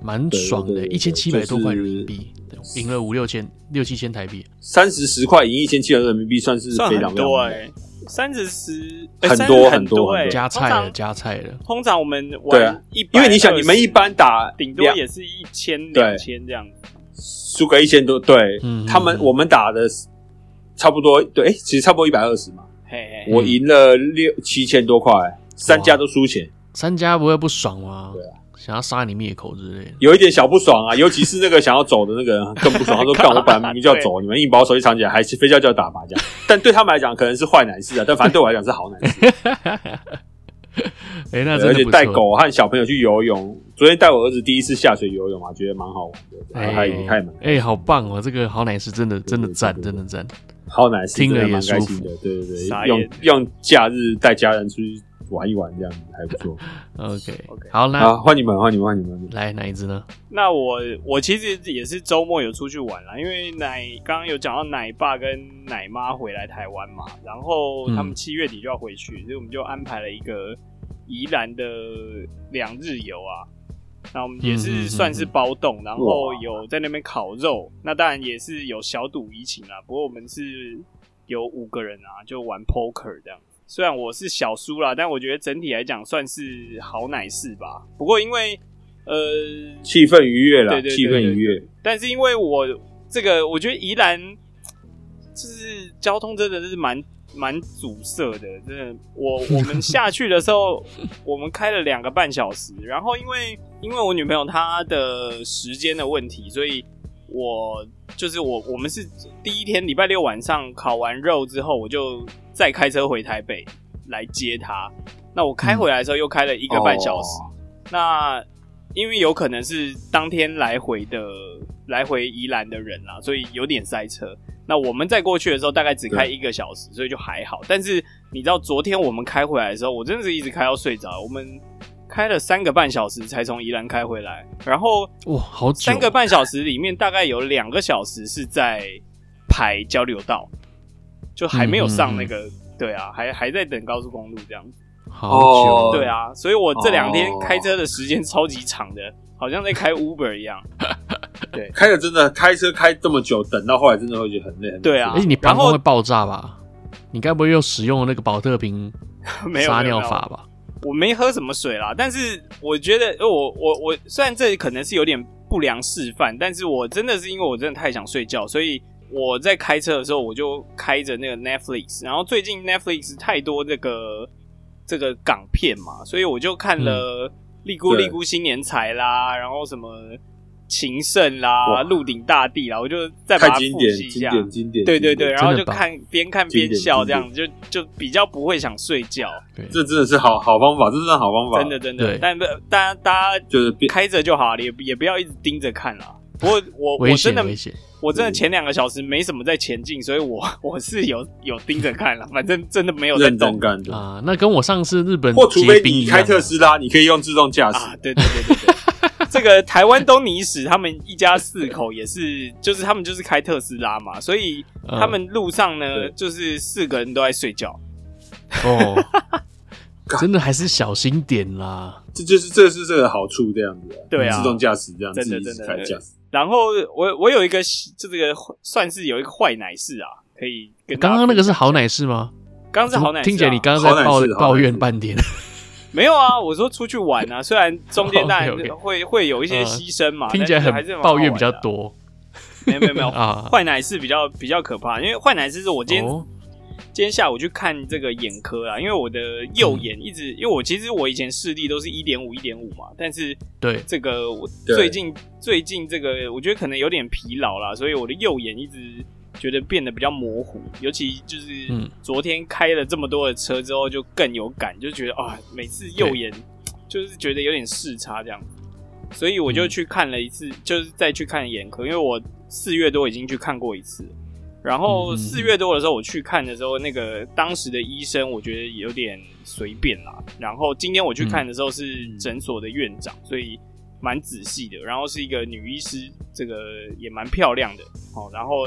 Speaker 2: 蛮爽的，
Speaker 3: 对
Speaker 2: 一
Speaker 3: 对对
Speaker 2: 千七百多块人民
Speaker 3: 就
Speaker 2: 币，对赢了五六千、六七千台币，
Speaker 3: 三十十块赢一千七百人民币，算是
Speaker 1: 算
Speaker 3: 非常
Speaker 1: 很
Speaker 3: 非常
Speaker 1: 多
Speaker 3: 多
Speaker 1: 哎，三十十
Speaker 3: 很多
Speaker 1: 很
Speaker 3: 很多
Speaker 1: 哎，
Speaker 3: 很对多
Speaker 2: 加菜
Speaker 1: 通
Speaker 2: 了，
Speaker 1: 常
Speaker 2: 加菜了，
Speaker 1: 通常我们
Speaker 3: 对啊
Speaker 1: 玩一百，
Speaker 3: 因为你想，你们一般打
Speaker 1: 顶多
Speaker 3: 两
Speaker 1: 也是一千
Speaker 3: 对
Speaker 1: 两千这样子。
Speaker 3: 输个一千多，对、
Speaker 2: 嗯
Speaker 3: 他们
Speaker 2: 嗯
Speaker 3: 我们打的差不多，对，诶其实差不多一百二十嘛，
Speaker 1: 嘿
Speaker 2: 嗯
Speaker 1: 嘿，
Speaker 3: 我赢了六七千多块，三家都输钱，
Speaker 2: 三家不会不爽吗？
Speaker 3: 对
Speaker 2: 想要杀你灭口之类的。
Speaker 3: 有一点小不爽啊，尤其是那个想要走的那个 人更不爽，他说：“干，我本来明明就要走，你们硬把我手机藏起来，还是非叫叫打麻 将。”但对他们来讲可能是坏难事啊，但反正对我来讲是好难事。
Speaker 2: 哎、 那真
Speaker 3: 对而
Speaker 2: 的
Speaker 3: 且
Speaker 2: 不错
Speaker 3: 带，狗和小朋友去游泳，昨天带我儿子第一次下水游泳嘛，觉得蛮好玩的，然后他也开蛮
Speaker 2: 哎、好棒哦！这个好奶是真的，真的
Speaker 3: 对对
Speaker 2: 赞，
Speaker 3: 对
Speaker 2: 真的赞。
Speaker 3: 好难事，
Speaker 2: 听了
Speaker 3: 真的
Speaker 2: 也
Speaker 3: 蛮开
Speaker 2: 舒
Speaker 3: 心
Speaker 2: 服
Speaker 3: 的。对对
Speaker 1: 傻
Speaker 3: 对，
Speaker 1: 眼
Speaker 3: 用用假日带家人出去玩一玩，这样子还不错。
Speaker 2: OK，,
Speaker 1: OK
Speaker 2: 好，那、
Speaker 3: 啊，换你们，换你们，换你们。
Speaker 2: 来哪一只呢？
Speaker 1: 那我我其实也是周末有出去玩啦，因为奶刚刚有讲到奶爸跟奶妈回来台湾嘛，然后他们
Speaker 2: 嗯
Speaker 1: 七月底就要回去，所以我们就安排了一个宜兰的两日游啊。那我们也
Speaker 2: 嗯嗯嗯
Speaker 1: 是
Speaker 2: 嗯
Speaker 1: 算是包栋，然后
Speaker 3: 哇
Speaker 1: 有在那边烤肉，那当然也是有小赌怡情啦。不过我们是有五个人啊，就玩 poker 这样。虽然我是小输啦，但我觉得整体来讲算是好奶事吧。不过因为呃，
Speaker 3: 气氛愉悦啦，
Speaker 1: 对对对
Speaker 3: 气氛愉悦。
Speaker 1: 但是因为我这个，我觉得宜兰就是交通真的是蛮蛮阻塞的，真的。我我们下去的时候，我们开了两个半小时，然后因为因为我女朋友她的时间的问题，所以我就是我我们是第一天礼拜六晚上烤完肉之后，我就再开车回台北来接她。那我开回来的时候又开了一
Speaker 3: 一
Speaker 1: 个半小时，
Speaker 3: 哦
Speaker 1: 那因为有可能是当天来回的来回宜兰的人啦，所以有点塞车。那我们再过去的时候，大概只开
Speaker 3: 对
Speaker 1: 一个小时，所以就还好。但是你知道，昨天我们开回来的时候，我真的是一直开到睡着。我们开了三个半小时才从宜兰开回来，然后
Speaker 2: 哇，好久，
Speaker 1: 三个半小时里面大概有两个小时是在排交流道，就还没有上那
Speaker 2: 嗯
Speaker 1: 个，对啊，还还在等高速公路这样子。
Speaker 2: 好久，
Speaker 3: 哦
Speaker 1: 对啊，所以我这两天
Speaker 3: 哦
Speaker 1: 开车的时间超级长的，好像在开 Uber 一样。
Speaker 3: 开的真的开车开这么久，等到后来真的会觉得很累。很
Speaker 1: 对啊
Speaker 2: 而且你
Speaker 1: 然
Speaker 2: 膀
Speaker 1: 后
Speaker 2: 胱会爆炸吧？你该不会又使用了那个保特瓶
Speaker 1: 没有
Speaker 2: 撒
Speaker 1: 没有
Speaker 2: 尿
Speaker 1: 没有
Speaker 2: 法吧？
Speaker 1: 我没喝什么水啦，但是我觉得呃我我我虽然这可能是有点不良示范，但是我真的是因为我真的太想睡觉，所以我在开车的时候我就开着那个 Netflix，然后最近 Netflix 太多这个这个港片嘛，所以我就看
Speaker 3: 嗯
Speaker 1: 了《利姑
Speaker 3: 对
Speaker 1: 利姑新年财》啦，然后什么《情圣》啦，
Speaker 3: 哇
Speaker 1: 《鹿鼎大帝》啦，我就再把它
Speaker 3: 太
Speaker 1: 复
Speaker 3: 经典，
Speaker 1: 习一
Speaker 3: 经
Speaker 1: 下。
Speaker 3: 典，经典。
Speaker 1: 对对
Speaker 3: 经
Speaker 1: 对，
Speaker 3: 典
Speaker 1: 然后就
Speaker 2: 真的吧
Speaker 1: 看边看
Speaker 3: 经
Speaker 1: 边
Speaker 3: 典
Speaker 1: 笑，
Speaker 3: 经
Speaker 1: 这样子就就比较不会想睡觉，
Speaker 2: 对，
Speaker 3: 这真的是好好方法，这真的是好方法。
Speaker 1: 真的真的
Speaker 2: 对。
Speaker 1: 但不，大家大家
Speaker 3: 就是变
Speaker 1: 开着就好了，也也不要一直盯着看啦。不过 我我
Speaker 2: 危
Speaker 1: 真
Speaker 2: 险
Speaker 1: 的
Speaker 2: 危险，
Speaker 1: 我真的前两个小时没什么在前进，所以我我是有有盯着看了，反正真的没有在
Speaker 3: 认真
Speaker 1: 动
Speaker 3: 干的。
Speaker 2: 啊！那跟我上次日本
Speaker 3: 或除
Speaker 2: 结
Speaker 3: 非
Speaker 2: 冰一
Speaker 3: 你
Speaker 2: 样啊
Speaker 3: 开特斯拉，你可以用自动驾驶。
Speaker 1: 啊！对对对对对，这个台湾东尼史他们一家四口也是，就是他们就是开特斯拉嘛，所以
Speaker 2: 嗯
Speaker 1: 他们路上呢
Speaker 3: 对
Speaker 1: 就是四个人都在睡觉。
Speaker 2: 哦，真的还是小心点啦。
Speaker 3: 这就是这是这个好处，这样子啊。
Speaker 1: 对啊
Speaker 3: 自动驾驶这样
Speaker 1: 真
Speaker 3: 自
Speaker 1: 的
Speaker 3: 己
Speaker 1: 真的
Speaker 3: 开驾驶。
Speaker 1: 然后我我有一个这个算是有一个坏奶事啊，可以跟大家
Speaker 2: 刚刚那个是好
Speaker 1: 分享一
Speaker 2: 奶事吗？
Speaker 1: 下，刚刚是好奶事啊、
Speaker 2: 听起来你刚刚
Speaker 3: 好奶
Speaker 2: 在抱
Speaker 3: 事好奶
Speaker 2: 抱怨
Speaker 3: 事
Speaker 2: 半天，
Speaker 1: 没有啊，我说出去玩啊，虽然中间当然
Speaker 2: OK，OK
Speaker 1: 会会有一些
Speaker 2: 嗯
Speaker 1: 牺牲嘛，
Speaker 2: 听起来
Speaker 1: 但是还是
Speaker 2: 很
Speaker 1: 蛮
Speaker 2: 抱
Speaker 1: 好
Speaker 2: 怨比
Speaker 1: 玩
Speaker 2: 较
Speaker 1: 的啊。
Speaker 2: 多
Speaker 1: 没有没有没有，
Speaker 2: 啊。
Speaker 1: 坏奶是比较比较可怕，因为坏奶是我今天、
Speaker 2: 哦，
Speaker 1: 今天下午去看这个眼科啊啦，因为我的右眼一直，因为我其实我以前视力都是一点五一点五嘛，但是
Speaker 2: 对，
Speaker 1: 这个我
Speaker 3: 对
Speaker 1: 最近最近这个我觉得可能有点疲劳啦，所以我的右眼一直觉得变得比较模糊，尤其就是
Speaker 2: 嗯
Speaker 1: 昨天开了这么多的车之后，就更有感，就觉得啊，每次右眼就是觉得有点视差这样，所以我就
Speaker 2: 嗯
Speaker 1: 去看了一次，就是再去看眼科，因为我四月多已经去看过一次了，然后
Speaker 2: 嗯嗯嗯
Speaker 1: 四月多的时候我去看的时候，那个当时的医生我觉得有点随便啦。然后今天我去看的时候是诊所的院长，所以蛮仔细的。然后是一个女医师，这个也蛮漂亮的。哦，然后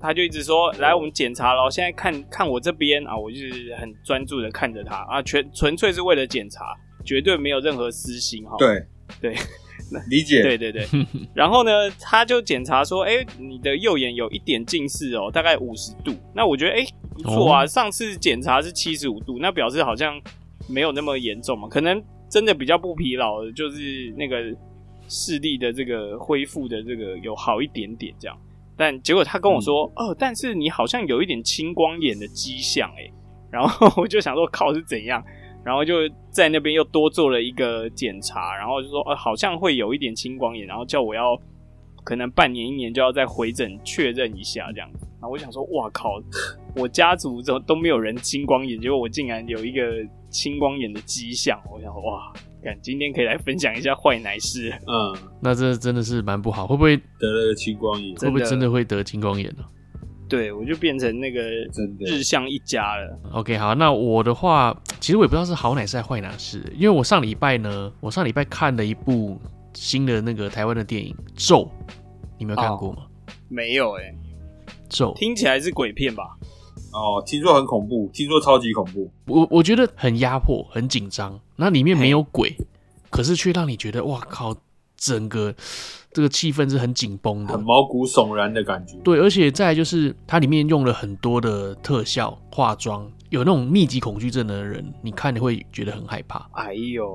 Speaker 1: 他就一直说：“来，我们检查咯，现在看看我这边啊，我就是很专注的看着他啊，全纯粹是为了检查，绝对没有任何私心哈。哦
Speaker 3: 对
Speaker 1: 对，
Speaker 3: 理解
Speaker 1: 对对 对，然后呢，他就检查说，哎、你的右眼有一点近视哦，大概五十度。那我觉得，哎、不错啊，
Speaker 2: 哦
Speaker 1: 上次检查是七十五度，那表示好像没有那么严重嘛，可能真的比较不疲劳，就是那个视力的这个恢复的这个有好一点点这样。但结果他跟我说，哦，但是你好像有一点青光眼的迹象、哎， 然后我就想说，靠，是怎样？然后就在那边又多做了一个检查，然后就说，呃，好像会有一点青光眼，然后叫我要可能半年一年就要再回诊确认一下这样子。然后我想说，哇靠，我家族都都没有人青光眼，结果我竟然有一个青光眼的迹象，我想哇，看今天可以来分享一下坏奶事。
Speaker 3: 嗯，
Speaker 2: 那这真的是蛮不好，会不会
Speaker 3: 得了青光眼，
Speaker 2: 会不会真的会得青光眼呢、
Speaker 1: 对我就变成那个
Speaker 3: 真的
Speaker 1: 日向一家了。
Speaker 2: OK，好，那我的话，其实我也不知道是好奶是还是坏奶是，因为我上礼拜呢，我上礼拜看了一部新的那个台湾的电影《咒》，你没有看过吗？
Speaker 1: 没有哎、
Speaker 3: 欸
Speaker 2: 咒》
Speaker 1: 听起来是鬼片吧？
Speaker 3: 哦，听说很恐怖，听说超级恐怖，
Speaker 2: 我我觉得很压迫，很紧张，那里面没有鬼，可是却让你觉得哇靠，整个这个气氛是很紧绷的
Speaker 3: 很，毛骨悚然的感觉。
Speaker 2: 对，而且再来就是它里面用了很多的特效化妆，有那种密集恐惧症的人，你看你会觉得很害怕，
Speaker 1: 哎呦，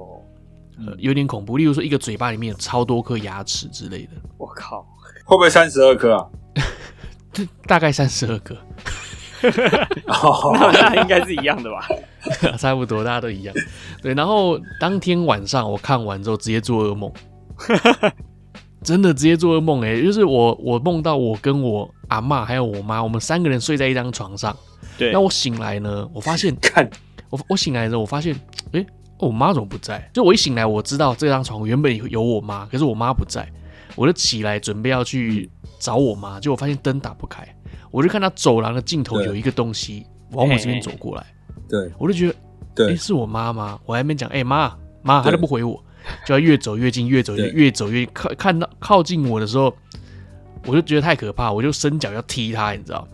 Speaker 2: 呃，有点恐怖。例如说一个嘴巴里面有超多颗牙齿之类的，
Speaker 1: 我靠！
Speaker 3: 会不会三十二颗啊？
Speaker 2: 这大概三十二颗，
Speaker 1: 那那应该是一样的 吧？
Speaker 2: 差不多，大家都一样。对，然后当天晚上我看完之后，直接做噩梦，真的直接做噩梦哎、就是我我梦到我跟我阿嬷还有我妈，我们三个人睡在一张床上。
Speaker 1: 对
Speaker 2: 那我醒来呢，我发现
Speaker 3: 看，
Speaker 2: 我我醒来的时候，我发现，诶，哦我妈怎么不在？就我一醒来，我知道这张床原本有我妈，可是我妈不在，我就起来准备要去找我妈，结果我发现灯打不开，我就看到走廊的尽头
Speaker 3: 对
Speaker 2: 有一个东西往我这边走过来，
Speaker 3: 对
Speaker 2: 我就觉得，诶，
Speaker 3: 对，
Speaker 2: 是我妈吗？我还没讲，诶，妈妈，
Speaker 3: 对
Speaker 2: 她都不回我，就要越走越近，越走越
Speaker 3: 对
Speaker 2: 越走越靠看到靠近我的时候，我就觉得太可怕，我就伸脚要踢她，你知道。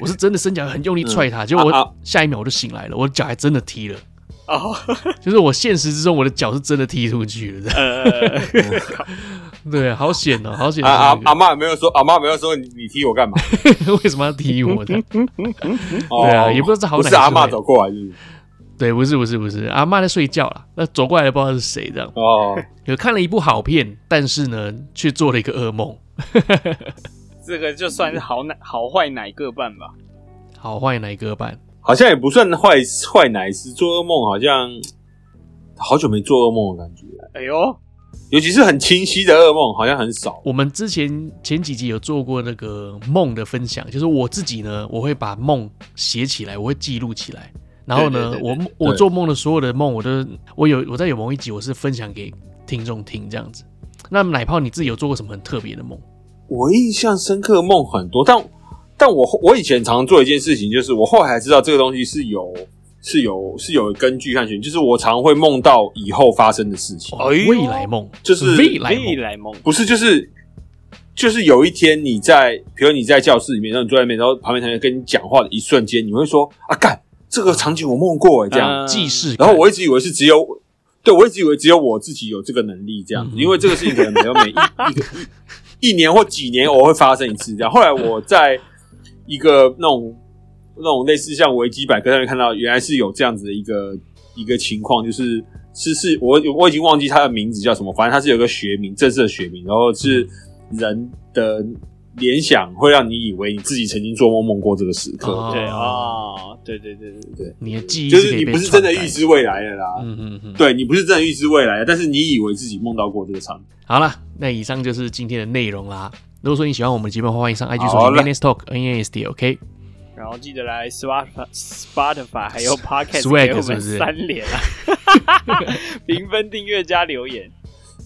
Speaker 2: 我是真的伸脚很用力踹她，结果
Speaker 3: 啊啊
Speaker 2: 我下一秒我就醒来了，我的脚还真的踢了。
Speaker 1: 哦，
Speaker 2: 就是我现实之中我的脚是真的 踢出去了，
Speaker 1: 呃，
Speaker 2: 对，好险哦、好险、
Speaker 3: 阿
Speaker 2: 啊
Speaker 3: 阿阿妈没有说，阿妈没有说你你踢我干嘛？
Speaker 2: 为什么要踢我的？
Speaker 3: 啊 哦
Speaker 2: 对啊也不知道是好
Speaker 3: 不
Speaker 2: 奶
Speaker 3: 是
Speaker 2: 是
Speaker 3: 阿妈
Speaker 2: 坏
Speaker 3: 走过来是不是
Speaker 2: 对，不是不是不是，阿嬷在睡觉啦，那走过来的不知道是谁这样。
Speaker 3: 哦，
Speaker 2: 有看了一部好片，但是呢，却做了一个噩梦，
Speaker 1: 这个就算是好奶好坏奶各半吧。
Speaker 2: 好坏哪一个办？
Speaker 3: 好像也不算坏坏奶师，做噩梦好像好久没做噩梦的感觉，
Speaker 1: 哎呦，
Speaker 3: 尤其是很清晰的噩梦，好像很少。
Speaker 2: 我们之前前几集有做过那个梦的分享，就是我自己呢，我会把梦写起来，我会记录起来。然后
Speaker 1: 对对
Speaker 2: 呢，
Speaker 1: 对对
Speaker 2: 我梦我
Speaker 3: 对
Speaker 2: 做梦的所有的梦，我都我有我在有梦一集，我是分享给听众听这样子。那奶泡你自己有做过什么很特别的梦？
Speaker 3: 我印象深刻的梦很多，但但我我以前常做一件事情，就是我后来才知道这个东西是有是有是有根据和玄，就是我常会梦到以后发生的事情，
Speaker 2: 哇
Speaker 1: 哎呦
Speaker 2: 哦未来梦
Speaker 3: 就是
Speaker 2: 未来
Speaker 1: 未
Speaker 2: 梦，
Speaker 1: 来梦
Speaker 3: 不是就是就是有一天你在，比如你在教室里面，然后你坐在那边，然后旁边同学跟你讲话的一瞬间，你会说啊干，这个场景我梦过哎、这样，
Speaker 1: 嗯
Speaker 2: 既视感。
Speaker 3: 然后我一直以为是只有，对我一直以为只有我自己有这个能力这样子，
Speaker 2: 嗯
Speaker 3: 因为这个事情可能没有每一一一年或几年我会发生一次这样。后来我在一个那种那种类似像维基百科上面看到，原来是有这样子的一个一个情况，就是是是我我已经忘记它的名字叫什么，反正它是有个学名，正式的学名，然后是人的联想会让你以为你自己曾经做梦梦过这个时刻，
Speaker 2: 哦
Speaker 1: 对啊，对对对对对，
Speaker 2: 你的记忆
Speaker 3: 就是
Speaker 2: 可
Speaker 3: 你
Speaker 2: 以被
Speaker 3: 不是真的
Speaker 2: 篡改
Speaker 3: 预知未来的啦，
Speaker 2: 嗯嗯嗯，
Speaker 3: 对你不是真的预知未来的，但是你以为自己梦到过这个场景。
Speaker 2: 好了，那以上就是今天的内容啦。如果说你喜欢我们的节目，欢迎上 IG 搜
Speaker 3: 好
Speaker 2: 寻
Speaker 3: 嘞
Speaker 2: n a s Talk N A S D OK。
Speaker 1: 然后记得来 Spotify、Spotify 还有 Podcast
Speaker 2: Swag
Speaker 1: 给我
Speaker 2: 是不
Speaker 1: 们
Speaker 2: 是
Speaker 1: 三连 啊，评分、订阅加留言。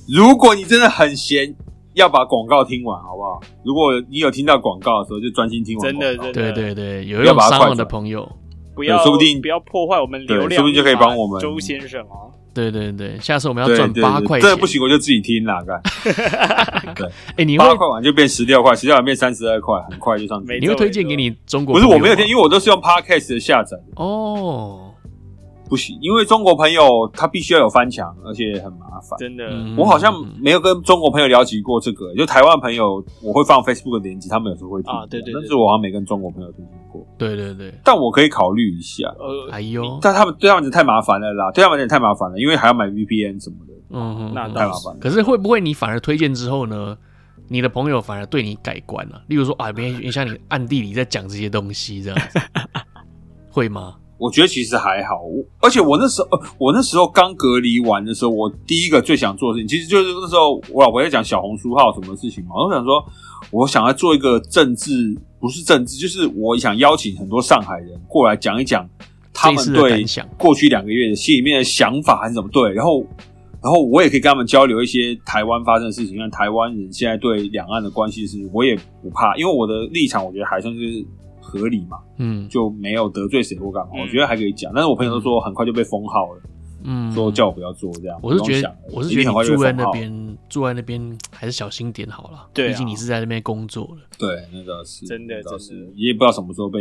Speaker 3: 如果你真的很闲，要把广告听完，好不好？如果你有听到广告的时候，就专心听完
Speaker 1: 真的
Speaker 3: 广告
Speaker 1: 真的
Speaker 2: 对对对，有
Speaker 3: 要
Speaker 2: 用
Speaker 3: 把它
Speaker 2: 伤
Speaker 3: 快
Speaker 2: 亡的
Speaker 3: 转
Speaker 2: 朋友，
Speaker 1: 不要，
Speaker 3: 说不定
Speaker 1: 不要破坏我们流
Speaker 3: 对
Speaker 1: 量，
Speaker 3: 说不定就可以帮我们
Speaker 1: 周先生哦。
Speaker 2: 对对对，下次我们要
Speaker 3: 对
Speaker 2: 赚
Speaker 3: 对
Speaker 2: 八
Speaker 3: 对
Speaker 2: 块
Speaker 3: 真
Speaker 2: 钱
Speaker 3: 的。不行，我就自己听啦。干
Speaker 2: 哎，你会
Speaker 3: 八块完就变十六块，十六完变三十二块，很快就上去
Speaker 1: 没。
Speaker 2: 你会推荐给你中国
Speaker 3: 不
Speaker 2: 朋
Speaker 3: 是
Speaker 2: 友吗？
Speaker 3: 我没有听，因为我都是用 podcast 的下载的，
Speaker 2: 哦，
Speaker 3: 不行，因为中国朋友他必须要有翻墙，而且很麻烦。
Speaker 1: 真的，
Speaker 2: 嗯
Speaker 3: 我好像
Speaker 2: 嗯嗯
Speaker 3: 没有跟中国朋友聊起过这个，就台湾朋友我会放 Facebook 的链接，他们有时候会听
Speaker 1: 啊对对对
Speaker 3: 但是我好像没跟中国朋友推荐过，
Speaker 2: 对对对，
Speaker 3: 但我可以考虑一下。
Speaker 1: 呃，
Speaker 2: 哎呦，
Speaker 3: 但他们对他们有点太麻烦了啦，对他们有点太麻烦了，因为还要买 VPN 什么的，
Speaker 2: 嗯哼，
Speaker 1: 那当
Speaker 2: 嗯
Speaker 3: 太麻
Speaker 1: 然
Speaker 3: 烦了。
Speaker 2: 可是会不会你反而推荐之后呢，你的朋友反而对你改观了、例如说 啊，没原像你暗地里在讲这些东西这样子，会吗？
Speaker 3: 我觉得其实还好，我而且我那时候，呃我那时候刚隔离完的时候，我第一个最想做的事情，其实就是那时候我老婆在讲小红书号什么事情嘛，我就想说，我想要做一个政治，不是政治，就是我想邀请很多上海人过来讲一讲他
Speaker 2: 这一次的
Speaker 3: 们对
Speaker 2: 感想
Speaker 3: 过去两个月的心里面的想法还是怎么对，然后。然后我也可以跟他们交流一些台湾发生的事情，像台湾人现在对两岸的关系的事情，我也不怕，因为我的立场我觉得还算是合理嘛。
Speaker 2: 嗯
Speaker 3: 就没有得罪谁或干嘛，
Speaker 1: 嗯
Speaker 3: 我觉得还可以讲。但是我朋友都说很快就被封号了，
Speaker 2: 嗯，
Speaker 3: 说叫我不要做这样。
Speaker 2: 我是觉
Speaker 3: 不用想
Speaker 2: 得
Speaker 3: 了
Speaker 2: 我是
Speaker 3: 一
Speaker 2: 觉
Speaker 3: 定
Speaker 2: 得
Speaker 3: 很快
Speaker 2: 你
Speaker 3: 就
Speaker 2: 住
Speaker 3: 被
Speaker 2: 在
Speaker 3: 封
Speaker 2: 那
Speaker 3: 号。
Speaker 2: 边住在那边还是小心点好了，
Speaker 1: 对啊
Speaker 2: 毕竟你是在那边工作的，
Speaker 3: 对，那倒是
Speaker 1: 真的
Speaker 3: 那倒
Speaker 1: 真
Speaker 3: 是
Speaker 1: 的，
Speaker 3: 也不知道什么时候被。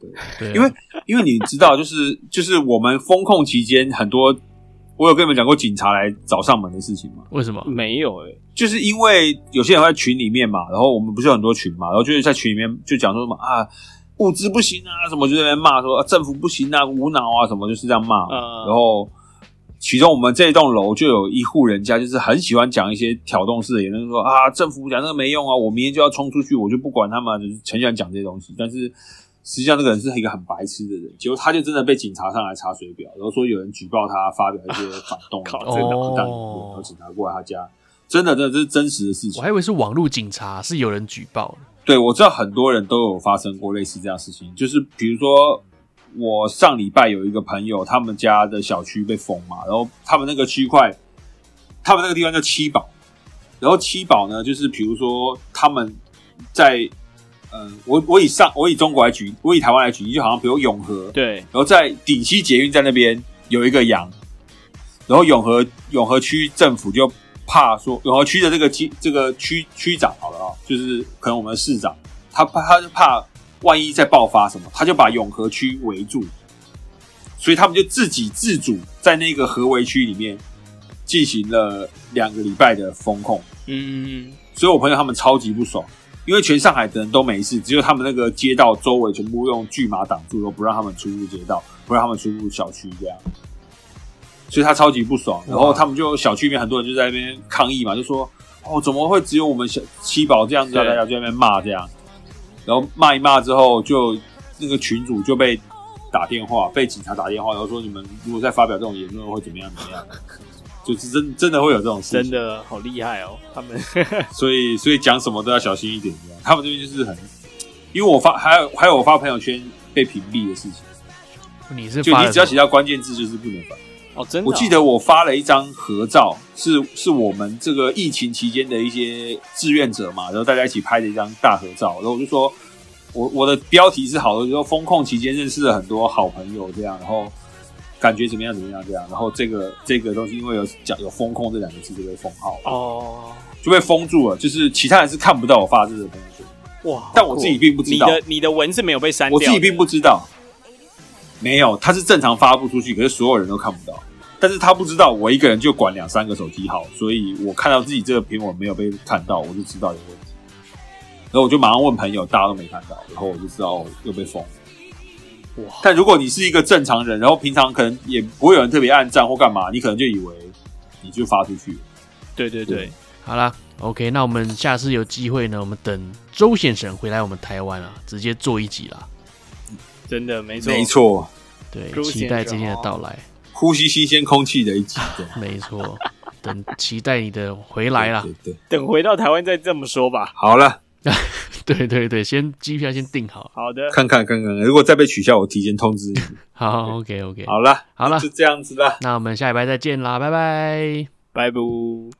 Speaker 3: 对，
Speaker 2: 对啊，
Speaker 3: 因为因为你知道，就是就是我们封控期间，很多我有跟你们讲过警察来找上门的事情嘛，
Speaker 2: 为什么？
Speaker 1: 没有哎，
Speaker 3: 就是因为有些人会在群里面嘛，然后我们不是有很多群嘛，然后就是在群里面就讲说什么啊。物资不行啊，什么就在那边骂说、啊、政府不行啊，无脑啊，什么就是这样骂嘛。
Speaker 1: 嗯
Speaker 3: 然后其中我们这一栋楼就有一户人家，就是很喜欢讲一些挑动式的言论，说啊，政府讲那个没用啊，我明天就要冲出去，我就不管他们，就是很喜欢讲这些东西。但是实际上那个人是一个很白痴的人，结果他就真的被警察上来查水表，然后说有人举报他发表一些反动啊
Speaker 1: 靠
Speaker 3: 的
Speaker 1: 真的
Speaker 3: 让然后警察过来他家，真的，真的这是真实的事
Speaker 2: 我
Speaker 3: 情
Speaker 2: 还。以为是网络警察，是有人举报的。
Speaker 3: 对，我知道很多人都有发生过类似这样的事情，就是比如说我上礼拜有一个朋友，他们家的小区被封嘛，然后他们那个区块，他们那个地方叫七宝，然后七宝呢，就是比如说他们在，呃，我我以上我以中国来举，我以台湾来举例，就好像比如永和，
Speaker 1: 对，
Speaker 3: 然后在顶溪捷运站那边有一个羊，然后永和永和区政府就怕说永和区的这个区这个区区长好了啊、就是可能我们的市长，他怕他就怕万一再爆发什么，他就把永和区围住，所以他们就自己自主在那个合围区里面进行了两个礼拜的封控，
Speaker 1: 嗯，
Speaker 3: 所以我朋友他们超级不爽。因为全上海的人都没事，只有他们那个街道周围全部用巨马挡住，都不让他们出入街道，不让他们出入小区这样。所以他超级不爽，然后他们就小区里面很多人就在那边抗议嘛，就说：“哦，怎么会只有我们小七宝这样子啊？”
Speaker 1: 对
Speaker 3: 大家就在那边骂这样，然后骂一骂之后就，那个群主就被打电话，被警察打电话，然后说：“你们如果再发表这种言论会怎么样怎么样？”就是真真的会有这种事情
Speaker 1: 真，的好厉害哦，他 们
Speaker 3: 所以所以讲什么都要小心一点，这样他们这边就是很，因为我发还有还有我发朋友圈被屏蔽的事情，
Speaker 2: 你是
Speaker 3: 就
Speaker 2: 发
Speaker 3: 你
Speaker 2: 了
Speaker 3: 只要
Speaker 2: 什
Speaker 3: 写到关键字就是不能发。
Speaker 1: 哦，真的哦，
Speaker 3: 我记得我发了一张合照，是是我们这个疫情期间的一些志愿者嘛，然后大家一起拍的一张大合照，然后我就说，我我的标题是好的，就说风控期间认识了很多好朋友这样，然后感觉怎么样怎么样这样，然后这个这个东西因为有讲有风控这两个字就被封号了，
Speaker 1: 哦，
Speaker 3: 就被封住了，就是其他人是看不到我发这个朋友圈。
Speaker 1: 哇，
Speaker 3: 但
Speaker 1: 好
Speaker 3: 我
Speaker 1: 酷
Speaker 3: 自己并不知
Speaker 1: 你
Speaker 3: 道，
Speaker 1: 的你的文是没有被删掉
Speaker 3: 我
Speaker 1: 的，
Speaker 3: 自己并不知道，没有，他是正常发布出去，可是所有人都看不到。但是他不知道，我一个人就管两三个手机号，所以我看到自己这个苹果没有被看到，我就知道有问题。然后我就马上问朋友，大家都没看到，然后我就知道、哦、又被封了。
Speaker 2: 哇，
Speaker 3: 但如果你是一个正常人，然后平常可能也不会有人特别暗赞或干嘛，你可能就以为你就发出去了。
Speaker 1: 对对对，
Speaker 3: 嗯
Speaker 2: 好啦 o、k 那我们下次有机会呢，我们等周先生回来我们台湾啊，直接做一集啦。
Speaker 1: 真的没错
Speaker 3: 没错，
Speaker 2: 对，
Speaker 1: 周
Speaker 2: 期
Speaker 1: 先
Speaker 2: 待
Speaker 1: 生
Speaker 2: 这天的
Speaker 1: 哦
Speaker 2: 到来，
Speaker 3: 呼吸新鲜空气的一集，对
Speaker 2: 没错，等期待你的回来啦
Speaker 3: 对。对，对
Speaker 1: 等回到台湾再这么说吧。
Speaker 3: 好了，
Speaker 2: 对对对，先机票先订好。
Speaker 1: 好的，
Speaker 3: 看看看看，如果再被取消，我提前通知你。
Speaker 2: 好，OK OK，
Speaker 3: 好了，
Speaker 2: 好啦
Speaker 3: 那就这样子啦。
Speaker 2: 那我们下礼拜再见啦，拜拜。
Speaker 1: 拜拜。